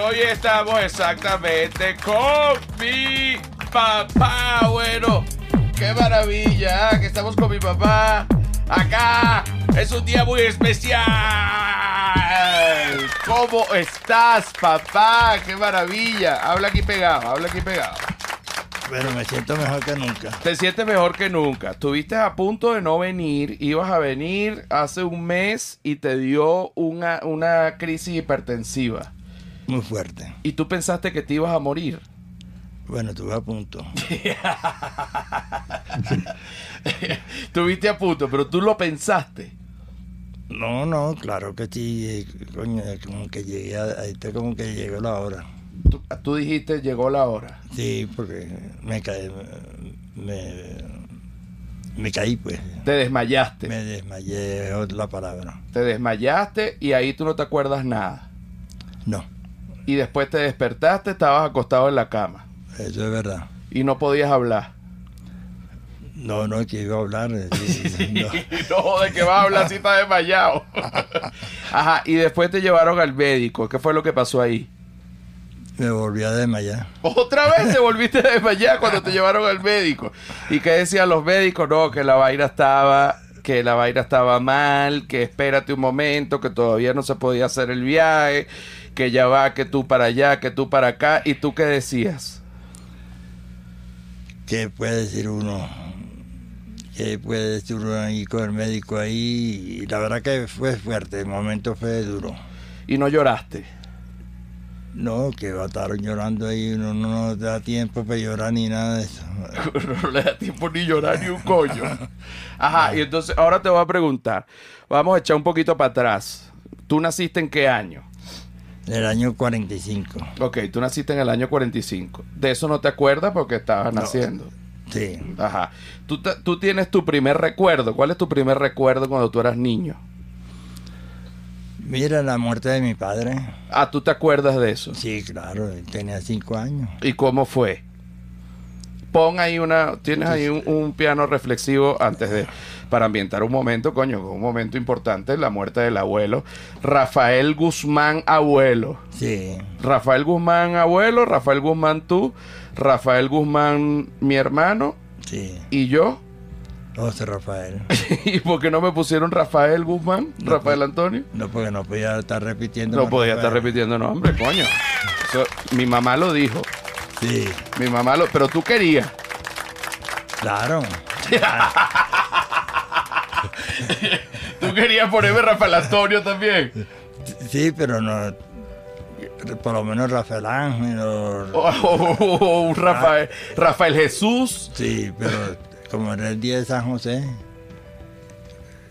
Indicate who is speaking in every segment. Speaker 1: hoy estamos exactamente con mi papá. Bueno, qué maravilla que estamos con mi papá. Acá es un día muy especial. ¿Cómo estás, papá? Qué maravilla. Habla aquí pegado, habla aquí pegado.
Speaker 2: Pero me siento mejor que nunca.
Speaker 1: Te sientes mejor que nunca. Estuviste a punto de no venir, ibas a venir hace un mes y te dio una, una crisis hipertensiva.
Speaker 2: Muy fuerte.
Speaker 1: Y tú pensaste que te ibas a morir.
Speaker 2: Bueno, estuve a punto.
Speaker 1: Estuviste a punto, pero tú lo pensaste.
Speaker 2: No, no, claro que sí. eh, Coño, como que llegué, a- ahí está como que llegó la hora.
Speaker 1: Tú, tú dijiste, llegó la hora.
Speaker 2: Sí, porque me caí, me, me caí pues.
Speaker 1: Te desmayaste.
Speaker 2: Me desmayé, es la palabra.
Speaker 1: Te desmayaste y ahí tú no te acuerdas nada.
Speaker 2: No,
Speaker 1: Y después te despertaste, estabas acostado en la cama.
Speaker 2: eso es verdad.
Speaker 1: Y no podías hablar.
Speaker 2: No, no, que iba a hablar. eh, sí, no.
Speaker 1: no, ¿de qué vas a hablar si estás desmayado? Ajá, y después te llevaron al médico. ¿Qué fue lo que pasó ahí?
Speaker 2: Me volví a desmayar.
Speaker 1: Otra vez te volviste a desmayar cuando te llevaron al médico. ¿Y qué decían los médicos? No, que la vaina estaba, que la vaina estaba mal, que espérate un momento, que todavía no se podía hacer el viaje, que ya va, que tú para allá, que tú para acá. ¿Y tú qué decías?
Speaker 2: ¿Qué puede decir uno? ¿Qué puede decir uno ahí con el médico ahí? Y la verdad que fue fuerte, el momento fue duro.
Speaker 1: Y no lloraste.
Speaker 2: No, que va a estar llorando ahí, uno no da tiempo para llorar ni nada de eso.
Speaker 1: no le da tiempo ni llorar ni un coño. Ajá, y entonces ahora te voy a preguntar. Vamos a echar un poquito para atrás. ¿Tú naciste en qué año?
Speaker 2: En el año 45.
Speaker 1: Ok, tú naciste en el año 45. De eso no te acuerdas porque estabas naciendo.
Speaker 2: Sí.
Speaker 1: Ajá. Tú, te- tú tienes tu primer recuerdo. ¿Cuál es tu primer recuerdo cuando tú eras niño?
Speaker 2: Mira la muerte de mi padre.
Speaker 1: Ah, tú te acuerdas de eso.
Speaker 2: Sí, claro, él tenía cinco años.
Speaker 1: ¿Y cómo fue? Pon ahí una. Tienes ahí un, un piano reflexivo antes de. Para ambientar un momento, coño, un momento importante, la muerte del abuelo. Rafael Guzmán, abuelo.
Speaker 2: Sí.
Speaker 1: Rafael Guzmán, abuelo. Rafael Guzmán, tú. Rafael Guzmán, mi hermano.
Speaker 2: Sí.
Speaker 1: Y yo.
Speaker 2: José Rafael.
Speaker 1: ¿Y por qué no me pusieron Rafael Guzmán? Rafael Antonio.
Speaker 2: No, porque no podía estar repitiendo.
Speaker 1: No
Speaker 2: con
Speaker 1: podía estar
Speaker 2: Rafael.
Speaker 1: repitiendo nombre, coño. Eso- mi mamá lo dijo.
Speaker 2: Sí,
Speaker 1: Mi mamá lo. Pero tú querías.
Speaker 2: claro.
Speaker 1: Tú querías ponerme Rafael Antonio también.
Speaker 2: Sí, pero no. Por lo menos Rafael Ángel.
Speaker 1: O,
Speaker 2: o-
Speaker 1: o- o- o un Rafael, Rafael Jesús.
Speaker 2: Sí, pero como era el día de San José.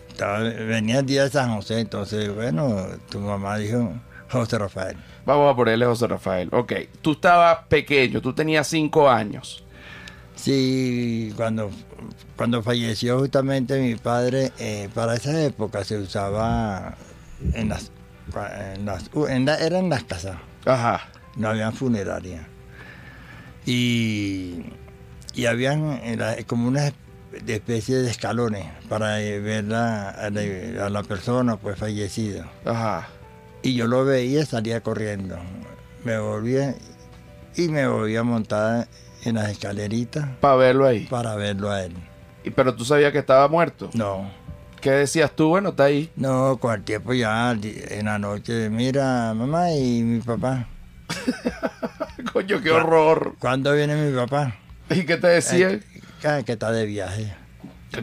Speaker 2: estaba- venía el día de San José, entonces, bueno, tu mamá dijo José Rafael.
Speaker 1: Vamos a ponerle José Rafael. Ok. Tú estabas pequeño, tú tenías cinco años.
Speaker 2: Sí, cuando, cuando falleció justamente mi padre, eh, para esa época se usaba en las. En las en la- eran las casas.
Speaker 1: Ajá.
Speaker 2: no habían funeraria. Y, y habían era como una de especie de escalones para eh, ver la- a, la, a la persona pues fallecida.
Speaker 1: Ajá.
Speaker 2: Y yo lo veía, salía corriendo. Me volvía y me volvía a montar en las escaleritas
Speaker 1: Para verlo ahí.
Speaker 2: para verlo a él.
Speaker 1: Y- Pero tú sabías que estaba muerto.
Speaker 2: No,
Speaker 1: ¿Qué decías tú? Bueno, está ahí.
Speaker 2: no, con el tiempo ya di- en la noche, mira, mamá y mi papá.
Speaker 1: Coño, qué horror.
Speaker 2: ¿Cuándo viene mi papá?
Speaker 1: ¿Y qué te decía?
Speaker 2: Eh, que- que está de viaje.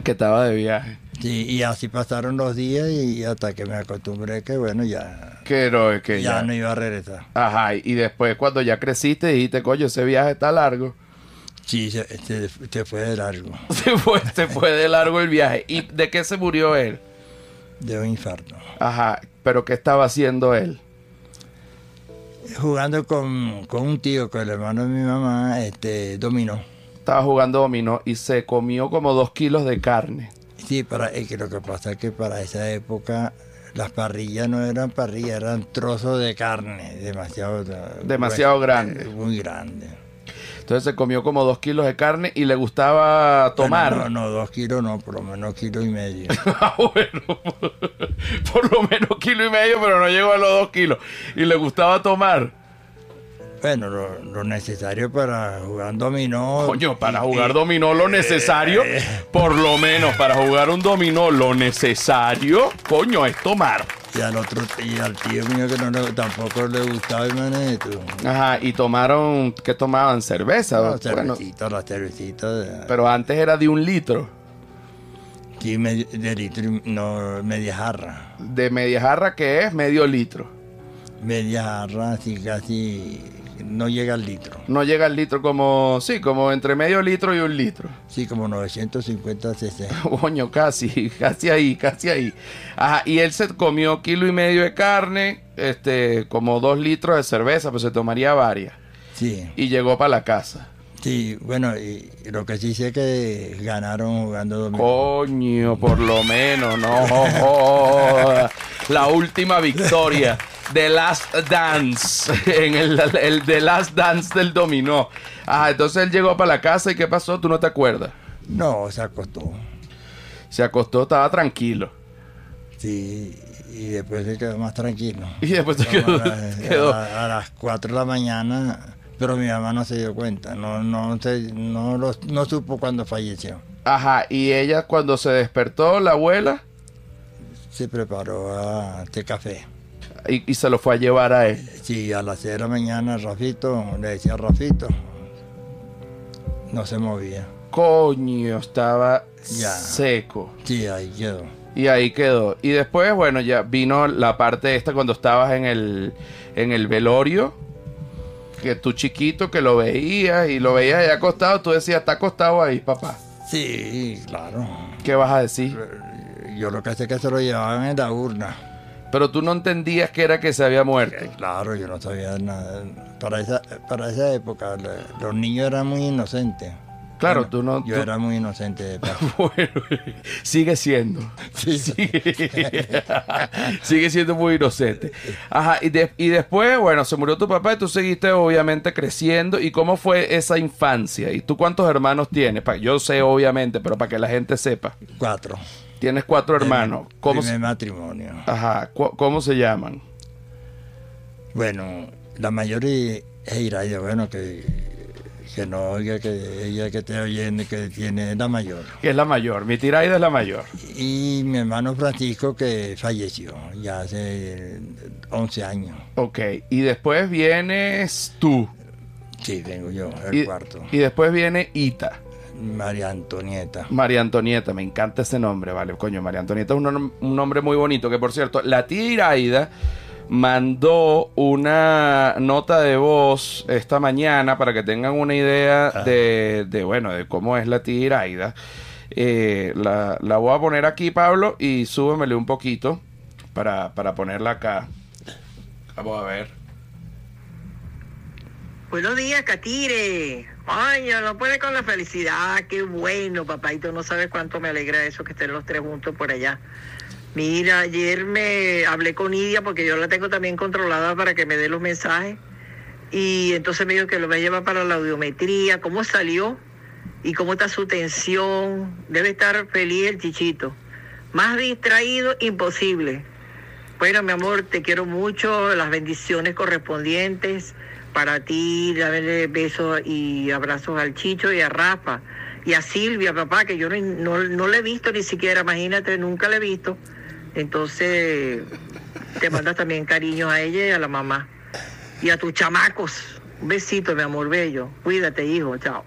Speaker 1: Que estaba de viaje.
Speaker 2: Sí, y así pasaron los días y hasta que me acostumbré que bueno, ya,
Speaker 1: Que héroe, que
Speaker 2: ya
Speaker 1: ya.
Speaker 2: no iba a regresar.
Speaker 1: Ajá. Y después, cuando ya creciste, dijiste, coño, ese viaje está largo.
Speaker 2: Sí, se, se- se fue de largo,
Speaker 1: Se fue, se fue de largo el viaje. ¿Y de qué se murió él?
Speaker 2: de un infarto.
Speaker 1: Ajá. ¿Pero qué estaba haciendo él?
Speaker 2: Jugando con, con un tío, con el hermano de mi mamá, este, dominó.
Speaker 1: Estaba jugando dominó y se comió como dos kilos de carne.
Speaker 2: Sí, para, es que lo que pasa es que para esa época las parrillas no eran parrillas, eran trozos de carne, demasiado...
Speaker 1: Demasiado
Speaker 2: pues,
Speaker 1: grande.
Speaker 2: eh, Muy grande.
Speaker 1: Entonces se comió como dos kilos de carne y le gustaba tomar.
Speaker 2: Bueno, Ah, no, no, dos kilos no, por lo menos kilo y medio.
Speaker 1: Ah, bueno, por lo menos kilo y medio, pero no llegó a los dos kilos. Y le gustaba tomar.
Speaker 2: Bueno, lo, lo necesario para jugar dominó.
Speaker 1: Coño, para
Speaker 2: y-
Speaker 1: jugar
Speaker 2: y-
Speaker 1: dominó lo necesario,
Speaker 2: eh.
Speaker 1: por lo menos para jugar un dominó lo necesario, coño, es tomar.
Speaker 2: Y al otro, y al tío mío que no le- tampoco le gustaba el manejo.
Speaker 1: Ajá, y tomaron, ¿qué tomaban? Cerveza.
Speaker 2: La
Speaker 1: bueno,
Speaker 2: cervecita, la cervecita. de-
Speaker 1: pero antes era de un litro,
Speaker 2: sí, medio- de litro y- no, media jarra.
Speaker 1: de media jarra que es medio litro.
Speaker 2: Media jarra, así casi. No llega al litro.
Speaker 1: No llega al litro como, sí, como entre medio litro y un litro.
Speaker 2: Sí, como 950 cc.
Speaker 1: Coño, casi, casi ahí, casi ahí. Ajá, y él se comió kilo y medio de carne, este, como dos litros de cerveza, pues se tomaría varias.
Speaker 2: Sí,
Speaker 1: Y llegó para la casa.
Speaker 2: sí, bueno, y y lo que sí sé que ganaron jugando dominó.
Speaker 1: Coño, por lo menos, no joda. La última victoria. The Last Dance. En el, el The Last Dance del dominó. Ajá, entonces él llegó para la casa y ¿qué pasó? Tú no te acuerdas.
Speaker 2: No, se acostó.
Speaker 1: Se acostó, estaba tranquilo.
Speaker 2: Sí, y después se quedó más tranquilo.
Speaker 1: Y después se
Speaker 2: Como
Speaker 1: quedó.
Speaker 2: A, las-
Speaker 1: quedó.
Speaker 2: a la- a las 4 de la mañana, pero mi mamá no se dio cuenta, no, no, se- no, lo- no supo cuando falleció.
Speaker 1: Ajá, y ella cuando se despertó, la abuela,
Speaker 2: Se preparó a este café.
Speaker 1: y, y se lo fue a llevar a él.
Speaker 2: Sí, a las 6 de la mañana Rafito, le decía Rafito, no se movía.
Speaker 1: Coño, estaba
Speaker 2: Ya.
Speaker 1: seco.
Speaker 2: Sí, ahí quedó.
Speaker 1: Y ahí quedó. Y después, bueno, ya vino la parte esta cuando estabas en el, en el velorio. Que tú chiquito que lo veías y lo veías ahí acostado, tú decías, está acostado ahí, papá.
Speaker 2: Sí, claro.
Speaker 1: ¿Qué vas a decir?
Speaker 2: Yo lo que sé es que se lo llevaban en la urna.
Speaker 1: Pero tú no entendías que era que se había muerto.
Speaker 2: Eh, Claro, yo no sabía nada. Para esa, para esa época, la- los niños eran muy inocentes.
Speaker 1: Claro,
Speaker 2: Bueno,
Speaker 1: tú no.
Speaker 2: Yo
Speaker 1: tú-
Speaker 2: era muy inocente de paso.
Speaker 1: Bueno, sigue siendo.
Speaker 2: Sí,
Speaker 1: Sigue, sigue siendo muy inocente. Ajá, y, de- y después, bueno, se murió tu papá y tú seguiste obviamente creciendo. ¿Y cómo fue esa infancia? ¿Y tú cuántos hermanos tienes? Pa- yo sé obviamente, pero para que la gente sepa.
Speaker 2: Cuatro.
Speaker 1: Tienes cuatro hermanos.
Speaker 2: Primer-
Speaker 1: ¿Cómo,
Speaker 2: primer
Speaker 1: se,
Speaker 2: matrimonio.
Speaker 1: ajá, cu- ¿Cómo se llaman?
Speaker 2: Bueno, la mayoría es Iraida, bueno, que, que no oiga, que ella que esté oyendo, que tiene es la mayor.
Speaker 1: Que es la mayor. Mi tiraida es la mayor.
Speaker 2: Y mi hermano Francisco que falleció ya hace 11 años.
Speaker 1: Ok, y después vienes tú.
Speaker 2: Sí, tengo yo, el
Speaker 1: Y,
Speaker 2: cuarto.
Speaker 1: y después viene Ita.
Speaker 2: María Antonieta.
Speaker 1: María Antonieta, me encanta ese nombre, vale, coño, María Antonieta es un, nom- un nombre muy bonito, que por cierto, la tía Iraida mandó una nota de voz esta mañana para que tengan una idea de, de, bueno, de cómo es la tía Iraida. Eh, la, la voy a poner aquí, Pablo, y súbemele un poquito para, para ponerla acá. Vamos a ver.
Speaker 3: Buenos días, Catire. Coño, no puede con la felicidad. Ah, Qué bueno, papaito. No sabes cuánto me alegra eso que estén los tres juntos por allá. Mira, ayer me hablé con Idia porque yo la tengo también controlada para que me dé los mensajes. Y entonces me dijo que lo va a llevar para la audiometría. ¿Cómo salió? ¿Y cómo está su tensión? Debe estar feliz el chichito. Más distraído, imposible. Bueno, mi amor, te quiero mucho. Las bendiciones correspondientes para ti. Dale besos y abrazos al Chicho y a Rafa. Y a Silvia, papá, que yo no, no, no le he visto ni siquiera, imagínate, nunca le he visto. Entonces, te mandas también cariños a ella y a la mamá. Y a tus chamacos. Un besito, mi amor bello. Cuídate, hijo. Chao.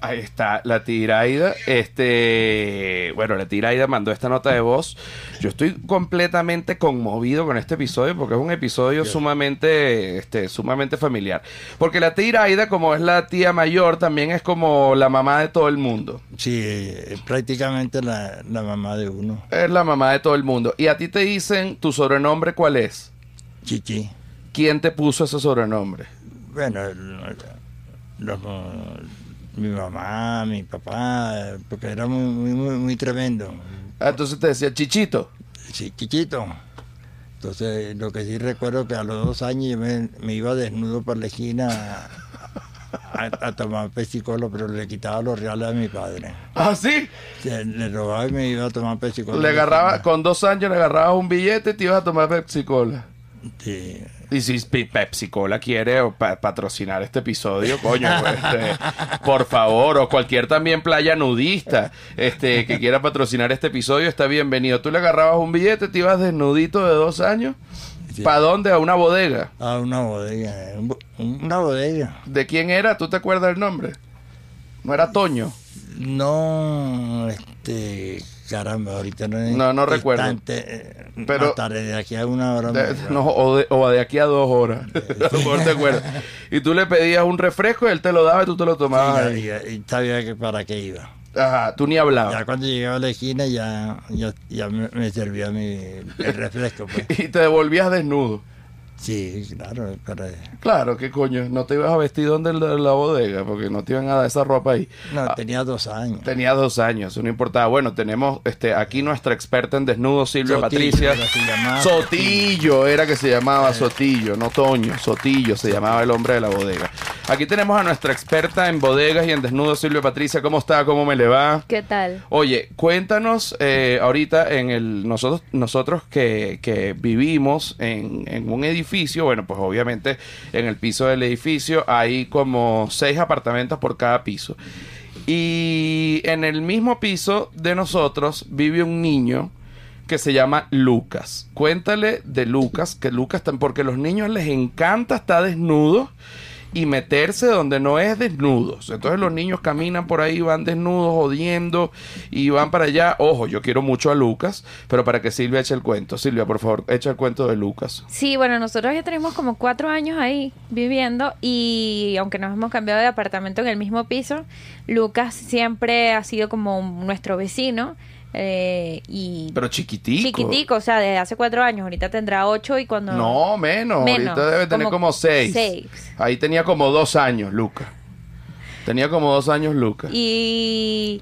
Speaker 1: Ahí está la tiraida. Este, bueno, la tiraida mandó esta nota de voz. Yo estoy completamente conmovido con este episodio porque es un episodio sumamente, este, sumamente familiar. Porque la tiraida, como es la tía mayor, también es como la mamá de todo el mundo.
Speaker 2: Sí, eh, prácticamente la, la mamá de uno.
Speaker 1: Es la mamá de todo el mundo. Y a ti te dicen tu sobrenombre, ¿cuál es?
Speaker 2: Chichi.
Speaker 1: ¿Quién te puso ese sobrenombre?
Speaker 2: Bueno, el- los- mi mamá, mi papá, porque era muy, muy, muy, muy tremendo.
Speaker 1: Ah, Entonces te decía Chichito.
Speaker 2: Sí, chiquito. Entonces, lo que sí recuerdo que a los dos años yo me, me iba desnudo por la esquina a, a- a tomar pesticolo, pero le quitaba los reales a mi padre.
Speaker 1: ¿Ah, sí?
Speaker 2: Se- Le robaba y me iba a tomar pesticolo.
Speaker 1: Le agarraba, con dos años le agarrabas un billete y te ibas a tomar Pepsi Cola.
Speaker 2: Sí.
Speaker 1: Y si Pe- Pepsi Cola quiere o pa- patrocinar este episodio, coño, pues, este, por favor, o cualquier también playa nudista este, que quiera patrocinar este episodio, está bienvenido. Tú le agarrabas un billete, te ibas desnudito de dos años,
Speaker 2: Sí.
Speaker 1: ¿para dónde? A una bodega.
Speaker 2: Ah, una bodega. eh, un bo- Una bodega.
Speaker 1: ¿De quién era? ¿Tú te acuerdas el nombre? No era Toño.
Speaker 2: No, este. Caramba, ahorita no es
Speaker 1: No, no recuerdo.
Speaker 2: instante, eh,
Speaker 1: Pero-
Speaker 2: más tarde, de aquí a una hora.
Speaker 1: De-
Speaker 2: me-
Speaker 1: no, o, de, o de aquí a dos horas. a lo mejor te acuerdas. Y tú le pedías un refresco y él te lo daba y tú te lo tomabas.
Speaker 2: Sí, ya- ya- y sabía que para qué iba.
Speaker 1: Ajá, tú ni hablabas.
Speaker 2: Ya cuando llegaba a la esquina ya, ya, ya me, me servía mi, el refresco. Pues.
Speaker 1: Y te devolvías desnudo.
Speaker 2: Sí, claro, pero
Speaker 1: Claro, ¿qué coño? No te ibas a vestir donde la, la bodega, porque no te iban a dar esa ropa ahí.
Speaker 2: no,
Speaker 1: Ah,
Speaker 2: tenía dos años.
Speaker 1: Tenías dos años, eso no importaba. Bueno, tenemos este aquí nuestra experta en desnudo, Silvia
Speaker 2: Sotillo,
Speaker 1: Patricia.
Speaker 2: era Eh. que se llamaba.
Speaker 1: Sotillo era que se llamaba Sotillo, no Toño, Sotillo se llamaba el hombre de la bodega. Aquí tenemos a nuestra experta en bodegas y en desnudo, Silvia Patricia. ¿Cómo está? ¿Cómo me le va?
Speaker 4: ¿Qué tal?
Speaker 1: Oye, cuéntanos eh, ahorita en el nosotros nosotros que, que vivimos en, en un edificio, bueno, pues obviamente en el piso del edificio hay como seis apartamentos por cada piso. Y en el mismo piso de nosotros vive un niño que se llama Lucas. Cuéntale de Lucas, que Lucas tam- porque los niños les encanta estar desnudos y meterse donde no es desnudos. Entonces los niños caminan por ahí, van desnudos, jodiendo y van para allá. Ojo, yo quiero mucho a Lucas, pero para que Silvia eche el cuento. Silvia, por favor, echa el cuento de Lucas.
Speaker 4: Sí, bueno, nosotros ya tenemos como cuatro años ahí viviendo y aunque nos hemos cambiado de apartamento en el mismo piso, Lucas siempre ha sido como un- nuestro vecino eh, y
Speaker 1: Pero chiquitico.
Speaker 4: chiquitico, o sea, desde hace cuatro años, ahorita tendrá ocho y cuando...
Speaker 1: No, menos.
Speaker 4: Menos,
Speaker 1: Ahorita debe tener
Speaker 4: como
Speaker 1: como, seis.
Speaker 4: seis.
Speaker 1: Ahí tenía como dos años, Lucas. Tenía como dos años, Lucas.
Speaker 4: Y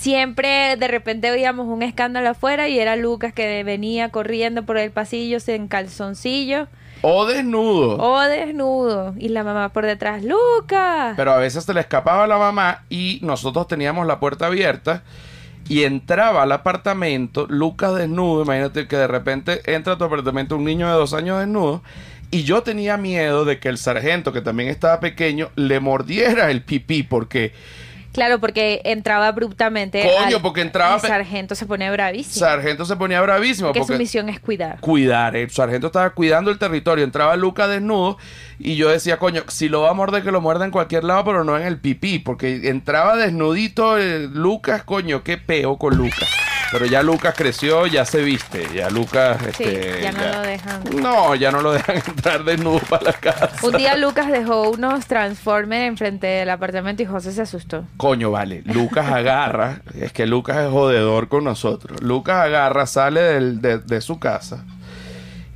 Speaker 4: siempre de repente oíamos un escándalo afuera y era Lucas que venía corriendo por el pasillo en calzoncillo
Speaker 1: O desnudo.
Speaker 4: o desnudo y la mamá por detrás, Lucas.
Speaker 1: Pero a veces se le escapaba la mamá y nosotros teníamos la puerta abierta y entraba al apartamento Lucas desnudo. Imagínate que de repente entra a tu apartamento un niño de dos años desnudo. Y yo tenía miedo de que el sargento, que también estaba pequeño, le mordiera el pipí porque
Speaker 4: Claro, porque entraba abruptamente.
Speaker 1: Coño, porque entraba-
Speaker 4: El sargento se pone bravísimo.
Speaker 1: sargento se ponía bravísimo.
Speaker 4: porque su
Speaker 1: porque
Speaker 4: misión es cuidar.
Speaker 1: cuidar. El sargento estaba cuidando el territorio. Entraba Luca desnudo y yo decía, coño, si lo va a morder, que lo muerda en cualquier lado, pero no en el pipí. Porque entraba desnudito eh, Lucas, coño, qué peo con Lucas. Pero ya Lucas creció, ya se viste. Ya Lucas.
Speaker 4: Sí,
Speaker 1: Este,
Speaker 4: ya no lo dejan.
Speaker 1: No, ya no lo dejan entrar desnudo para la casa.
Speaker 4: Un día Lucas dejó unos Transformers enfrente del apartamento y José se asustó.
Speaker 1: Coño, vale, Lucas agarra, es que Lucas es jodedor con nosotros. Lucas agarra, sale del- de, de su casa,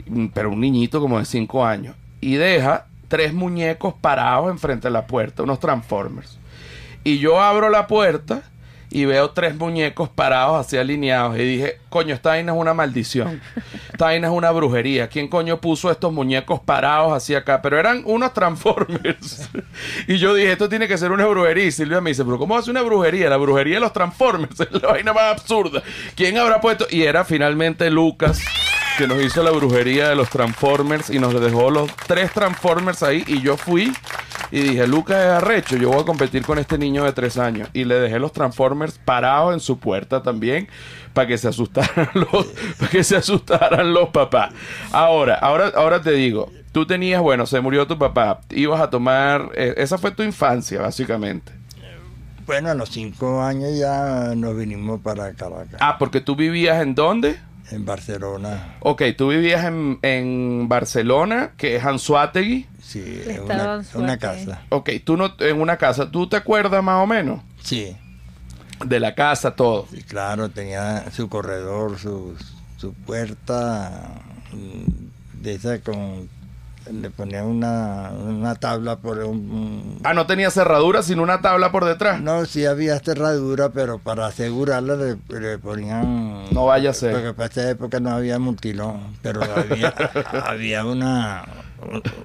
Speaker 1: mm, pero un niñito como de 5 años, y deja tres muñecos parados enfrente de la puerta, unos Transformers. Y yo abro la puerta y veo tres muñecos parados así alineados. Y dije, coño, esta vaina es una maldición. Esta vaina es una brujería. ¿Quién coño puso estos muñecos parados así acá? Pero eran unos Transformers. y yo dije, esto tiene que ser una brujería. Y Silvia me dice, pero ¿cómo hace una brujería? La brujería de los Transformers. Es la vaina más absurda. ¿Quién habrá puesto? Y era finalmente Lucas que nos hizo la brujería de los Transformers y nos dejó los tres Transformers ahí y yo fui y dije, Lucas es arrecho, yo voy a competir con este niño de tres años. Y le dejé los Transformers parados en su puerta también para que se asustaran los, para que se asustaran los papás. Ahora, ahora, ahora te digo, tú tenías, bueno, se murió tu papá, ibas a tomar, eh, esa fue tu infancia básicamente.
Speaker 2: Bueno, a los cinco años ya nos vinimos para Caracas,
Speaker 1: Ah, porque tú vivías en dónde?
Speaker 2: en Barcelona.
Speaker 1: Ok, tú vivías en, en Barcelona, que es Anzuategui.
Speaker 2: Sí, en
Speaker 4: Estaba
Speaker 2: una,
Speaker 4: en
Speaker 2: una
Speaker 4: suerte.
Speaker 2: casa.
Speaker 1: Ok, tú no, en una casa, ¿tú te acuerdas más o menos?
Speaker 2: Sí,
Speaker 1: De la casa, todo.
Speaker 2: sí, claro, tenía su corredor, su, su puerta, mm, de esa con... Le ponía una, una tabla por un...
Speaker 1: Ah, no tenía cerradura, sino una tabla por detrás.
Speaker 2: No, sí había cerradura, pero para asegurarla le, le ponían...
Speaker 1: No vaya a ser.
Speaker 2: Porque para esa época no había multilón, pero había, había una,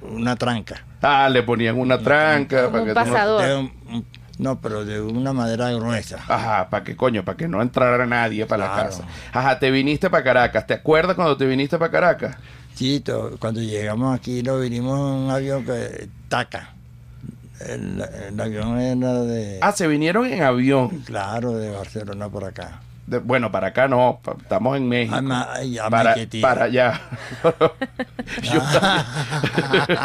Speaker 2: una tranca.
Speaker 1: Ah, le ponían una tranca.
Speaker 4: Como
Speaker 1: para
Speaker 4: un
Speaker 1: que tú
Speaker 4: pasado.
Speaker 1: no...
Speaker 4: Asador.
Speaker 2: De un- no, pero de una madera gruesa.
Speaker 1: Ajá, ¿para qué coño? Para que no entrara nadie para la
Speaker 2: Claro.
Speaker 1: casa. Ajá, te viniste para Caracas. ¿Te acuerdas cuando te viniste para Caracas?
Speaker 2: Chito, cuando llegamos aquí nos vinimos en un avión que taca. El, el avión era de
Speaker 1: Ah, se vinieron en avión.
Speaker 2: claro de Barcelona por acá.
Speaker 1: De- bueno, para acá no, pa- estamos en México.
Speaker 2: Ah, ma- ay, ya,
Speaker 1: para,
Speaker 2: Maquetí.
Speaker 1: para allá. Yo
Speaker 2: Ah,
Speaker 1: también.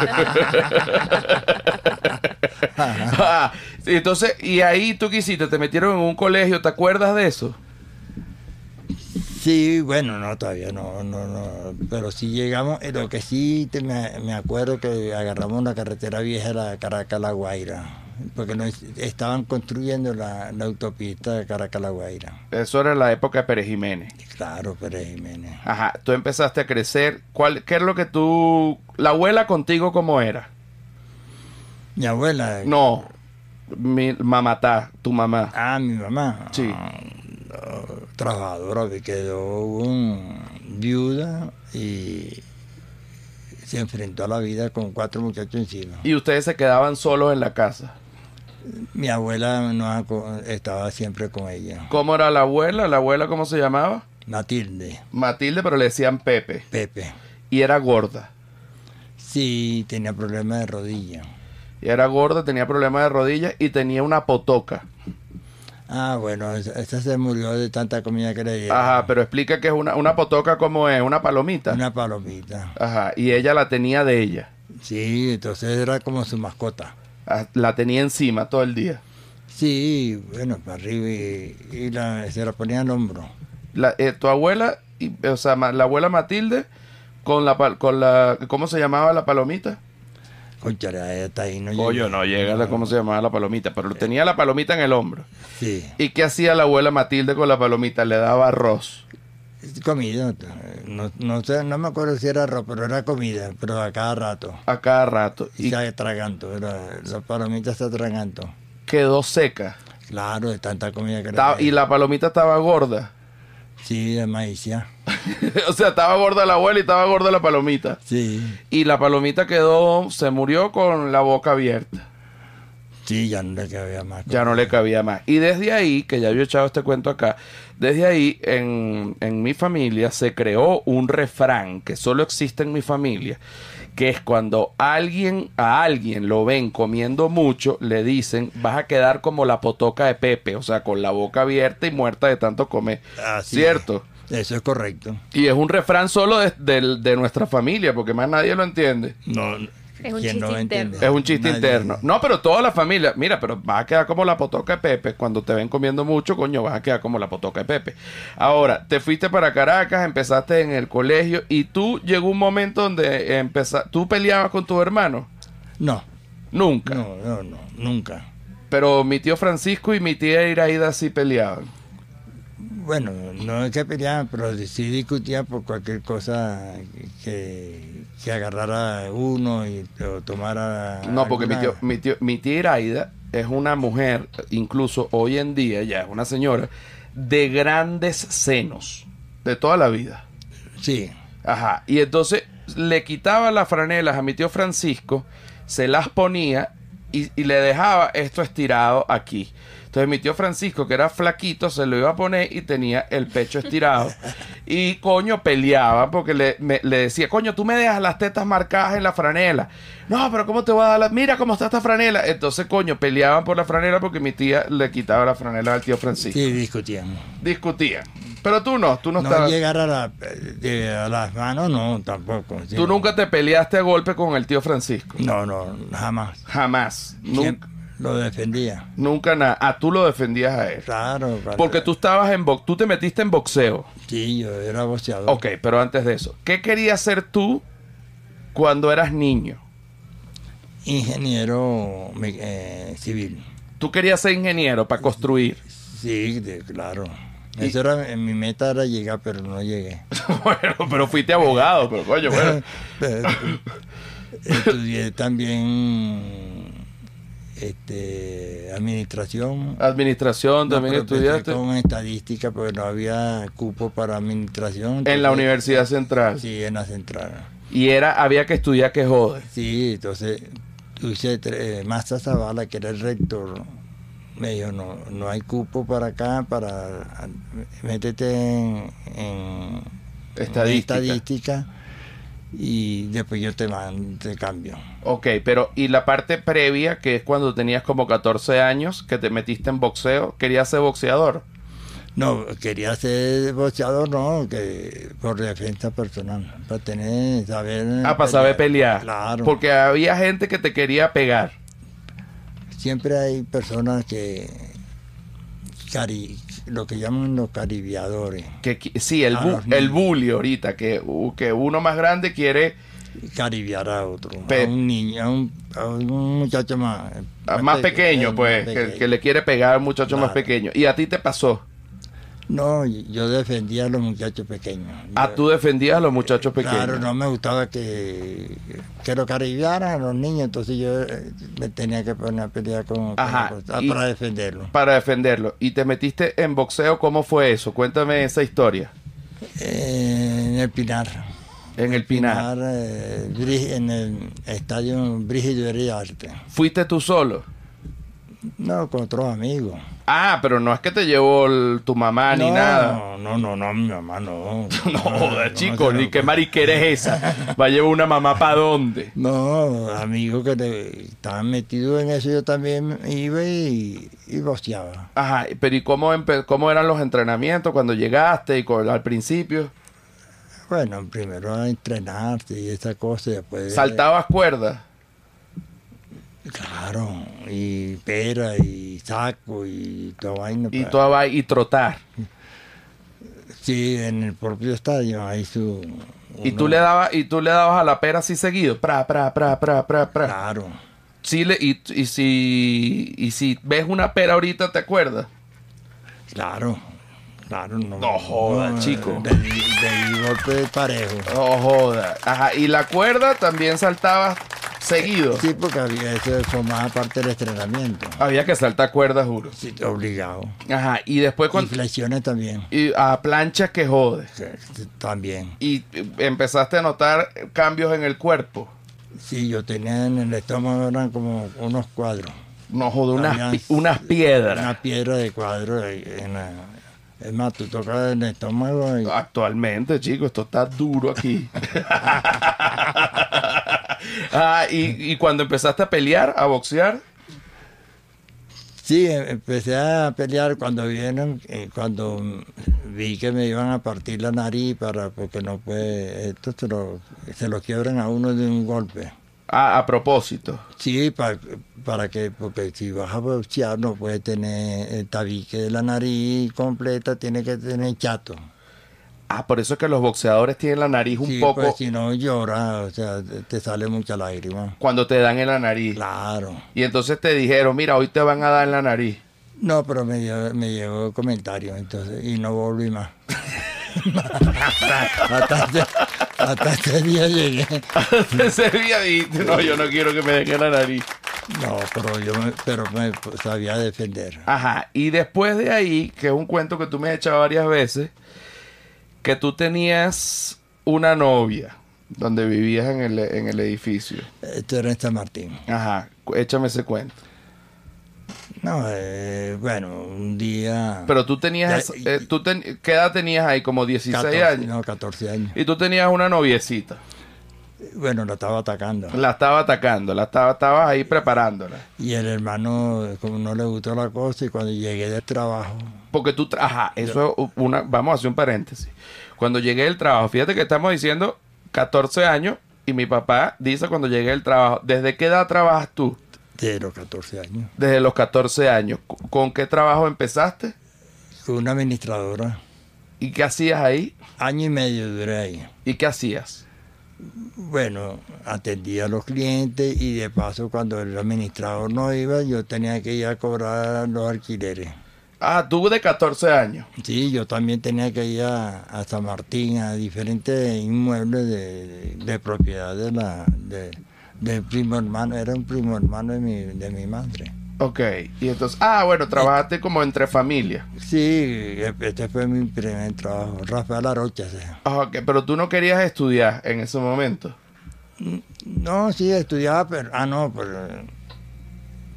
Speaker 1: Ah, sí, entonces, y ahí tú quisiste, te metieron en un colegio, ¿te acuerdas de eso?
Speaker 2: Sí, bueno, no, todavía no, no, no. Pero sí llegamos, eh, lo que sí te- me, me acuerdo que agarramos la carretera vieja, la Caracas-La Guaira, porque nos estaban construyendo la, la autopista de Caracas-La Guaira.
Speaker 1: Eso era la época de Pérez Jiménez.
Speaker 2: Claro, Pérez Jiménez.
Speaker 1: Ajá, tú empezaste a crecer. ¿Cuál, ¿Qué es lo que tú... La abuela contigo cómo era?
Speaker 2: Mi abuela.
Speaker 1: No, mi mamatá, tu mamá.
Speaker 2: Ah, mi mamá.
Speaker 1: Sí.
Speaker 2: Ah, Trabajadora, que quedó un- viuda y se enfrentó a la vida con cuatro muchachos encima.
Speaker 1: Y ustedes se quedaban solos en la casa.
Speaker 2: Mi abuela nos aco- estaba siempre con ella.
Speaker 1: ¿Cómo era la abuela? ¿La abuela cómo se llamaba?
Speaker 2: Matilde,
Speaker 1: Matilde, pero le decían Pepe.
Speaker 2: Pepe.
Speaker 1: Y era gorda.
Speaker 2: Sí, tenía problemas de rodilla.
Speaker 1: Y era gorda, tenía problemas de rodillas y tenía una potoca.
Speaker 2: Ah, bueno, esa, esa se murió de tanta comida que le dieron.
Speaker 1: Ajá, pero explica que es una, una potoca como es, una palomita.
Speaker 2: Una palomita.
Speaker 1: Ajá, y ella la tenía de ella.
Speaker 2: Sí, entonces era como su mascota.
Speaker 1: Ah, La tenía encima todo el día.
Speaker 2: Sí, bueno, para arriba y, y la, se la ponía al hombro.
Speaker 1: La- eh, tu abuela, y- o sea, ma- la abuela Matilde con la, pal- con la... ¿Cómo se llamaba la palomita?
Speaker 2: Conchara, está ahí, no
Speaker 1: Coño,
Speaker 2: llega.
Speaker 1: no Eh. llega la- cómo se llamaba la palomita, pero tenía la palomita en el hombro.
Speaker 2: Sí,
Speaker 1: ¿Y qué hacía la abuela Matilde con la palomita? Le daba arroz.
Speaker 2: comida. No, no sé, no me acuerdo si era arroz, pero era comida, pero a cada rato.
Speaker 1: a cada rato
Speaker 2: Y,
Speaker 1: y
Speaker 2: se atragantó, era- la palomita se atragantó.
Speaker 1: quedó seca.
Speaker 2: Claro, de tanta comida que le
Speaker 1: Ta- y
Speaker 2: dieron.
Speaker 1: la palomita estaba gorda.
Speaker 2: Sí, de maíz, ya.
Speaker 1: o sea, estaba gorda la abuela y estaba gorda la palomita.
Speaker 2: Sí,
Speaker 1: Y la palomita quedó, se murió con la boca abierta.
Speaker 2: sí, ya no le quedaba más.
Speaker 1: Ya no le cabía más. Y desde ahí, que ya yo he echado este cuento acá, desde ahí en, en mi familia se creó un refrán que solo existe en mi familia, que es cuando alguien a alguien lo ven comiendo mucho, le dicen, vas a quedar como la potoca de Pepe, o sea, con la boca abierta y muerta de tanto comer.
Speaker 2: Así
Speaker 1: ¿Cierto?
Speaker 2: es. Eso es correcto.
Speaker 1: Y es un refrán solo de, del- de nuestra familia, porque más nadie lo entiende.
Speaker 2: No, es
Speaker 4: un chiste interno.
Speaker 1: Es un chiste interno. No, pero toda la familia. Mira, pero vas a quedar como la potoca de Pepe. Cuando te ven comiendo mucho, coño, vas a quedar como la potoca de Pepe. Ahora, te fuiste para Caracas, empezaste en el colegio y tú llegó un momento donde empezaste. Tú peleabas con tu hermano.
Speaker 2: No,
Speaker 1: Nunca.
Speaker 2: no, no, no, nunca.
Speaker 1: Pero mi tío Francisco y mi tía Iraida sí peleaban.
Speaker 2: Bueno, no es que peleaban, pero sí discutían por cualquier cosa que, que agarrara uno y o tomara.
Speaker 1: No, porque mi tío,
Speaker 2: alguna-
Speaker 1: mi tío, mi tía Iraida es una mujer, incluso hoy en día ya es una señora, de grandes senos. De toda la vida.
Speaker 2: Sí,
Speaker 1: Ajá. Y entonces le quitaba las franelas a mi tío Francisco, se las ponía y, y le dejaba esto estirado aquí. Entonces mi tío Francisco, que era flaquito, se lo iba a poner y tenía el pecho estirado. Y coño, peleaba porque le, me- le decía, coño, tú me dejas las tetas marcadas en la franela. No, pero ¿cómo te voy a dar la... Mira cómo está esta franela. Entonces, coño, peleaban por la franela porque mi tía le quitaba la franela al tío Francisco.
Speaker 2: sí, discutían.
Speaker 1: Discutían. Pero tú no, tú no,
Speaker 2: No,
Speaker 1: estabas-
Speaker 2: llegar a, la- de- a las manos, no, tampoco. sí.
Speaker 1: Tú nunca te peleaste a golpe con el tío Francisco.
Speaker 2: No, no, jamás.
Speaker 1: Jamás. Nunca,
Speaker 2: Siempre Lo defendía.
Speaker 1: nunca nada. Ah, tú lo defendías a él.
Speaker 2: Claro, claro.
Speaker 1: Porque tú estabas en box, tú te metiste en boxeo.
Speaker 2: Sí, yo era boxeador.
Speaker 1: Ok, pero antes de eso, ¿qué querías ser tú cuando eras niño?
Speaker 2: Ingeniero me- eh, civil.
Speaker 1: Tú querías ser ingeniero para construir.
Speaker 2: Sí, de- claro. Eso era, mi meta era llegar, pero no llegué.
Speaker 1: bueno, pero fuiste abogado, pero coño, bueno.
Speaker 2: Eh, Estudié también este, administración.
Speaker 1: Administración,
Speaker 2: No,
Speaker 1: también
Speaker 2: pero empecé
Speaker 1: estudiaste.
Speaker 2: Con estadística, porque no había cupo para administración.
Speaker 1: En la
Speaker 2: entonces-
Speaker 1: Universidad Central.
Speaker 2: Sí, en la central.
Speaker 1: Y era, había que estudiar que jode.
Speaker 2: Sí, entonces hice tres, Massa Zavala, que era el rector, me dijo, no, no hay cupo para acá, para a- métete en, en- en
Speaker 1: Estadística.
Speaker 2: estadística y después yo te, man- te cambio.
Speaker 1: Ok, pero y la parte previa, que es cuando tenías como 14 años, que te metiste en boxeo, querías ser boxeador.
Speaker 2: No, quería ser boxeador, no, que por defensa personal, para tener, saber...
Speaker 1: Ah, para saber pelear.
Speaker 2: Mm, Claro.
Speaker 1: Porque había gente que te quería pegar.
Speaker 2: Siempre hay personas que... cari- lo que llaman los caribiadores.
Speaker 1: Que, qui- sí, el,
Speaker 2: Ah,
Speaker 1: bu-
Speaker 2: los niños.
Speaker 1: el bully ahorita, que, uh, que uno más grande quiere
Speaker 2: caribiar a otro,
Speaker 1: Pe-
Speaker 2: a un niño, a un, a un muchacho más,
Speaker 1: ah, más
Speaker 2: pe-
Speaker 1: pequeño,
Speaker 2: eh,
Speaker 1: pues,
Speaker 2: más
Speaker 1: que, que
Speaker 2: pequeño.
Speaker 1: le quiere pegar a un muchacho más
Speaker 2: Claro.
Speaker 1: pequeño. Y a ti te pasó.
Speaker 2: No, yo defendía a los muchachos pequeños.
Speaker 1: Ah,
Speaker 2: Yo-
Speaker 1: tú defendías a los muchachos pequeños.
Speaker 2: Claro, no me gustaba que, que lo caribiaran a los niños, entonces yo eh, me tenía que poner a pelear con, con
Speaker 1: Ajá,
Speaker 2: los- ah,
Speaker 1: y-
Speaker 2: para defenderlo.
Speaker 1: Para defenderlo. Y te metiste en boxeo, ¿cómo fue eso? Cuéntame esa historia.
Speaker 2: Eh, en el Pinar.
Speaker 1: En el Pinar.
Speaker 2: eh, Brí- en el estadio Brígido Heriarte.
Speaker 1: ¿Fuiste tú solo?
Speaker 2: No, con otros amigos.
Speaker 1: Ah, pero no es que te llevó el- tu mamá Ah, ni
Speaker 2: no,
Speaker 1: nada.
Speaker 2: No, no, no, mi mamá no.
Speaker 1: No, joda, chico,
Speaker 2: se
Speaker 1: ni
Speaker 2: lo-
Speaker 1: qué mariquera es esa. Va a llevar una mamá para dónde.
Speaker 2: No, amigos que le- estaban metidos en eso, yo también iba y, y boceaba.
Speaker 1: Ajá, pero ¿y cómo, empe- cómo eran los entrenamientos cuando llegaste y con- al principio?
Speaker 2: Bueno, primero a entrenarte y esa cosa, y después...
Speaker 1: ¿Saltabas cuerdas?
Speaker 2: Claro, y pera y saco y toda vaina.
Speaker 1: Y,
Speaker 2: pa-
Speaker 1: toda va- y trotar.
Speaker 2: Sí, en el propio estadio, ahí su...
Speaker 1: Y
Speaker 2: uno-
Speaker 1: tú le dabas y tú le dabas a la pera así seguido, pra pra pra pra pra pra.
Speaker 2: Claro.
Speaker 1: Sí le- y, y si y si ves una pera ahorita te acuerdas.
Speaker 2: Claro, claro, no.
Speaker 1: No joda, chico.
Speaker 2: Le di, le di golpe parejo.
Speaker 1: No joda. Ajá, y la cuerda también saltabas seguido.
Speaker 2: Sí, porque había eso formaba parte del entrenamiento.
Speaker 1: Había que saltar cuerdas, juro.
Speaker 2: Sí, obligado.
Speaker 1: Ajá, y después
Speaker 2: Con... Y
Speaker 1: cuando
Speaker 2: flexiones también.
Speaker 1: y a planchas que jode.
Speaker 2: que- que También.
Speaker 1: Y eh, empezaste a notar cambios en el cuerpo.
Speaker 2: Sí, yo tenía en el estómago eran como unos cuadros.
Speaker 1: No joda, unas,
Speaker 2: Habían-
Speaker 1: pi- unas piedras.
Speaker 2: Una piedra de cuadro. ahí En la- es más, tú tocas el estómago
Speaker 1: Ah.
Speaker 2: y
Speaker 1: Actualmente, chicos, esto está duro aquí. ah, y, y cuando empezaste a pelear, a boxear,
Speaker 2: Sí, em- empecé a pelear cuando vieron, eh, cuando mm, vi que me iban a partir la nariz para, porque no puede, esto se lo, se lo quiebran a uno de un golpe.
Speaker 1: ah, a propósito.
Speaker 2: Sí, pa- para que, porque si vas a boxear no puedes tener el tabique de la nariz completa, tiene que tener chato.
Speaker 1: Ah, por eso es que los boxeadores tienen la nariz un
Speaker 2: Sí,
Speaker 1: poco
Speaker 2: pues, si no llora, o sea, te te sale mucha lágrima.
Speaker 1: cuando te dan en la nariz.
Speaker 2: Claro.
Speaker 1: Y entonces te dijeron, mira, hoy te van a dar en la nariz.
Speaker 2: No, pero me, dio- me llegó comentario, entonces, y no volví más. hasta, este, hasta este día llegué.
Speaker 1: Ese día dijiste, no, yo no quiero que me den en la nariz.
Speaker 2: No, pero yo me, pero me sabía defender.
Speaker 1: Ajá, y después de ahí, que es un cuento que tú me has echado varias veces, que tú tenías una novia donde vivías en el, en el edificio.
Speaker 2: Esto era en San Martín.
Speaker 1: Ajá, cu- échame ese cuento.
Speaker 2: No, eh, bueno, un día...
Speaker 1: Pero tú tenías,
Speaker 2: Ah. Ya,
Speaker 1: esa-
Speaker 2: y-
Speaker 1: eh, tú ten- ¿qué edad tenías ahí? Como 16 años.
Speaker 2: No, 14 años.
Speaker 1: Y tú tenías una noviecita.
Speaker 2: Bueno, la estaba atacando.
Speaker 1: La estaba atacando, la estaba, estabas ahí preparándola.
Speaker 2: Y el hermano, como no le gustó la cosa, y cuando llegué del trabajo...
Speaker 1: Porque tú, tra- ajá, eso, u- una, vamos a hacer un paréntesis. Cuando llegué del trabajo, fíjate que estamos diciendo 14 años y mi papá dice cuando llegué del trabajo, ¿desde qué edad trabajas tú?
Speaker 2: De los 14 años.
Speaker 1: Desde los 14 años. ¿Con- ¿Con qué trabajo empezaste?
Speaker 2: Con una administradora.
Speaker 1: ¿Y qué hacías ahí?
Speaker 2: Año y medio duré ahí.
Speaker 1: ¿Y qué hacías?
Speaker 2: Bueno, atendía a los clientes y de paso cuando el administrador no iba, yo tenía que ir a cobrar los alquileres.
Speaker 1: Ah, tú de 14 años.
Speaker 2: Sí, yo también tenía que ir a, a San Martín, a diferentes inmuebles de, de propiedad de la, de, del primo hermano, era un primo hermano de mi, de mi madre.
Speaker 1: Ok, y entonces, ah, bueno, trabajaste como entre familias.
Speaker 2: Sí, este fue mi primer trabajo, Rafael Arocha. se-
Speaker 1: Ah, Ok, pero tú no querías estudiar en ese momento.
Speaker 2: No, sí, estudiaba, pero... Ah, no, pero... pues,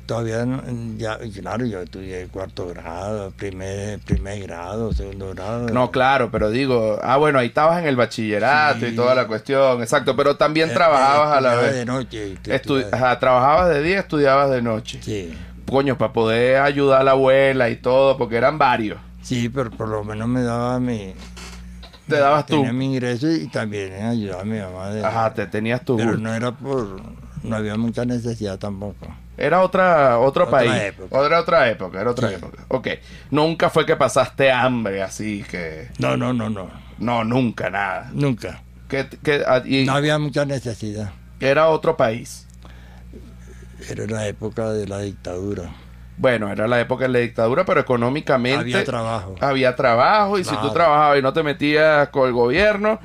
Speaker 2: Todavía, no- ya, claro, yo estudié cuarto grado, primer, primer grado, segundo grado.
Speaker 1: Ah. No, claro, pero digo, ah, bueno, ahí estabas en el bachillerato y toda la cuestión, exacto, pero también
Speaker 2: Eh,
Speaker 1: trabajabas
Speaker 2: eh,
Speaker 1: a la
Speaker 2: estudiaba
Speaker 1: vez.
Speaker 2: de noche. y que
Speaker 1: Estu-
Speaker 2: estudiaba-
Speaker 1: ajá, trabajabas de día, estudiabas de noche.
Speaker 2: Sí,
Speaker 1: Coño, para poder ayudar a la abuela y todo, porque eran varios.
Speaker 2: sí, pero por lo menos me daba mi...
Speaker 1: Te dabas tú.
Speaker 2: Tenía mi ingreso y también ayudaba a mi mamá. de-
Speaker 1: Ajá, te tenías tú.
Speaker 2: Pero no era por... No había mucha necesidad tampoco.
Speaker 1: Era otra, otro
Speaker 2: Otra
Speaker 1: país.
Speaker 2: época.
Speaker 1: Otra, otra época, era otra
Speaker 2: Sí.
Speaker 1: época. Ok. Nunca fue que pasaste hambre, así que.
Speaker 2: No, no, no, no.
Speaker 1: No, nunca, nada.
Speaker 2: Nunca.
Speaker 1: Que, que- ah, y
Speaker 2: No había mucha necesidad.
Speaker 1: Era otro país.
Speaker 2: Era la época de la dictadura.
Speaker 1: Bueno, era la época de la dictadura, pero económicamente.
Speaker 2: Había trabajo.
Speaker 1: Había trabajo, y si
Speaker 2: Claro.
Speaker 1: tú trabajabas y no te metías con el gobierno,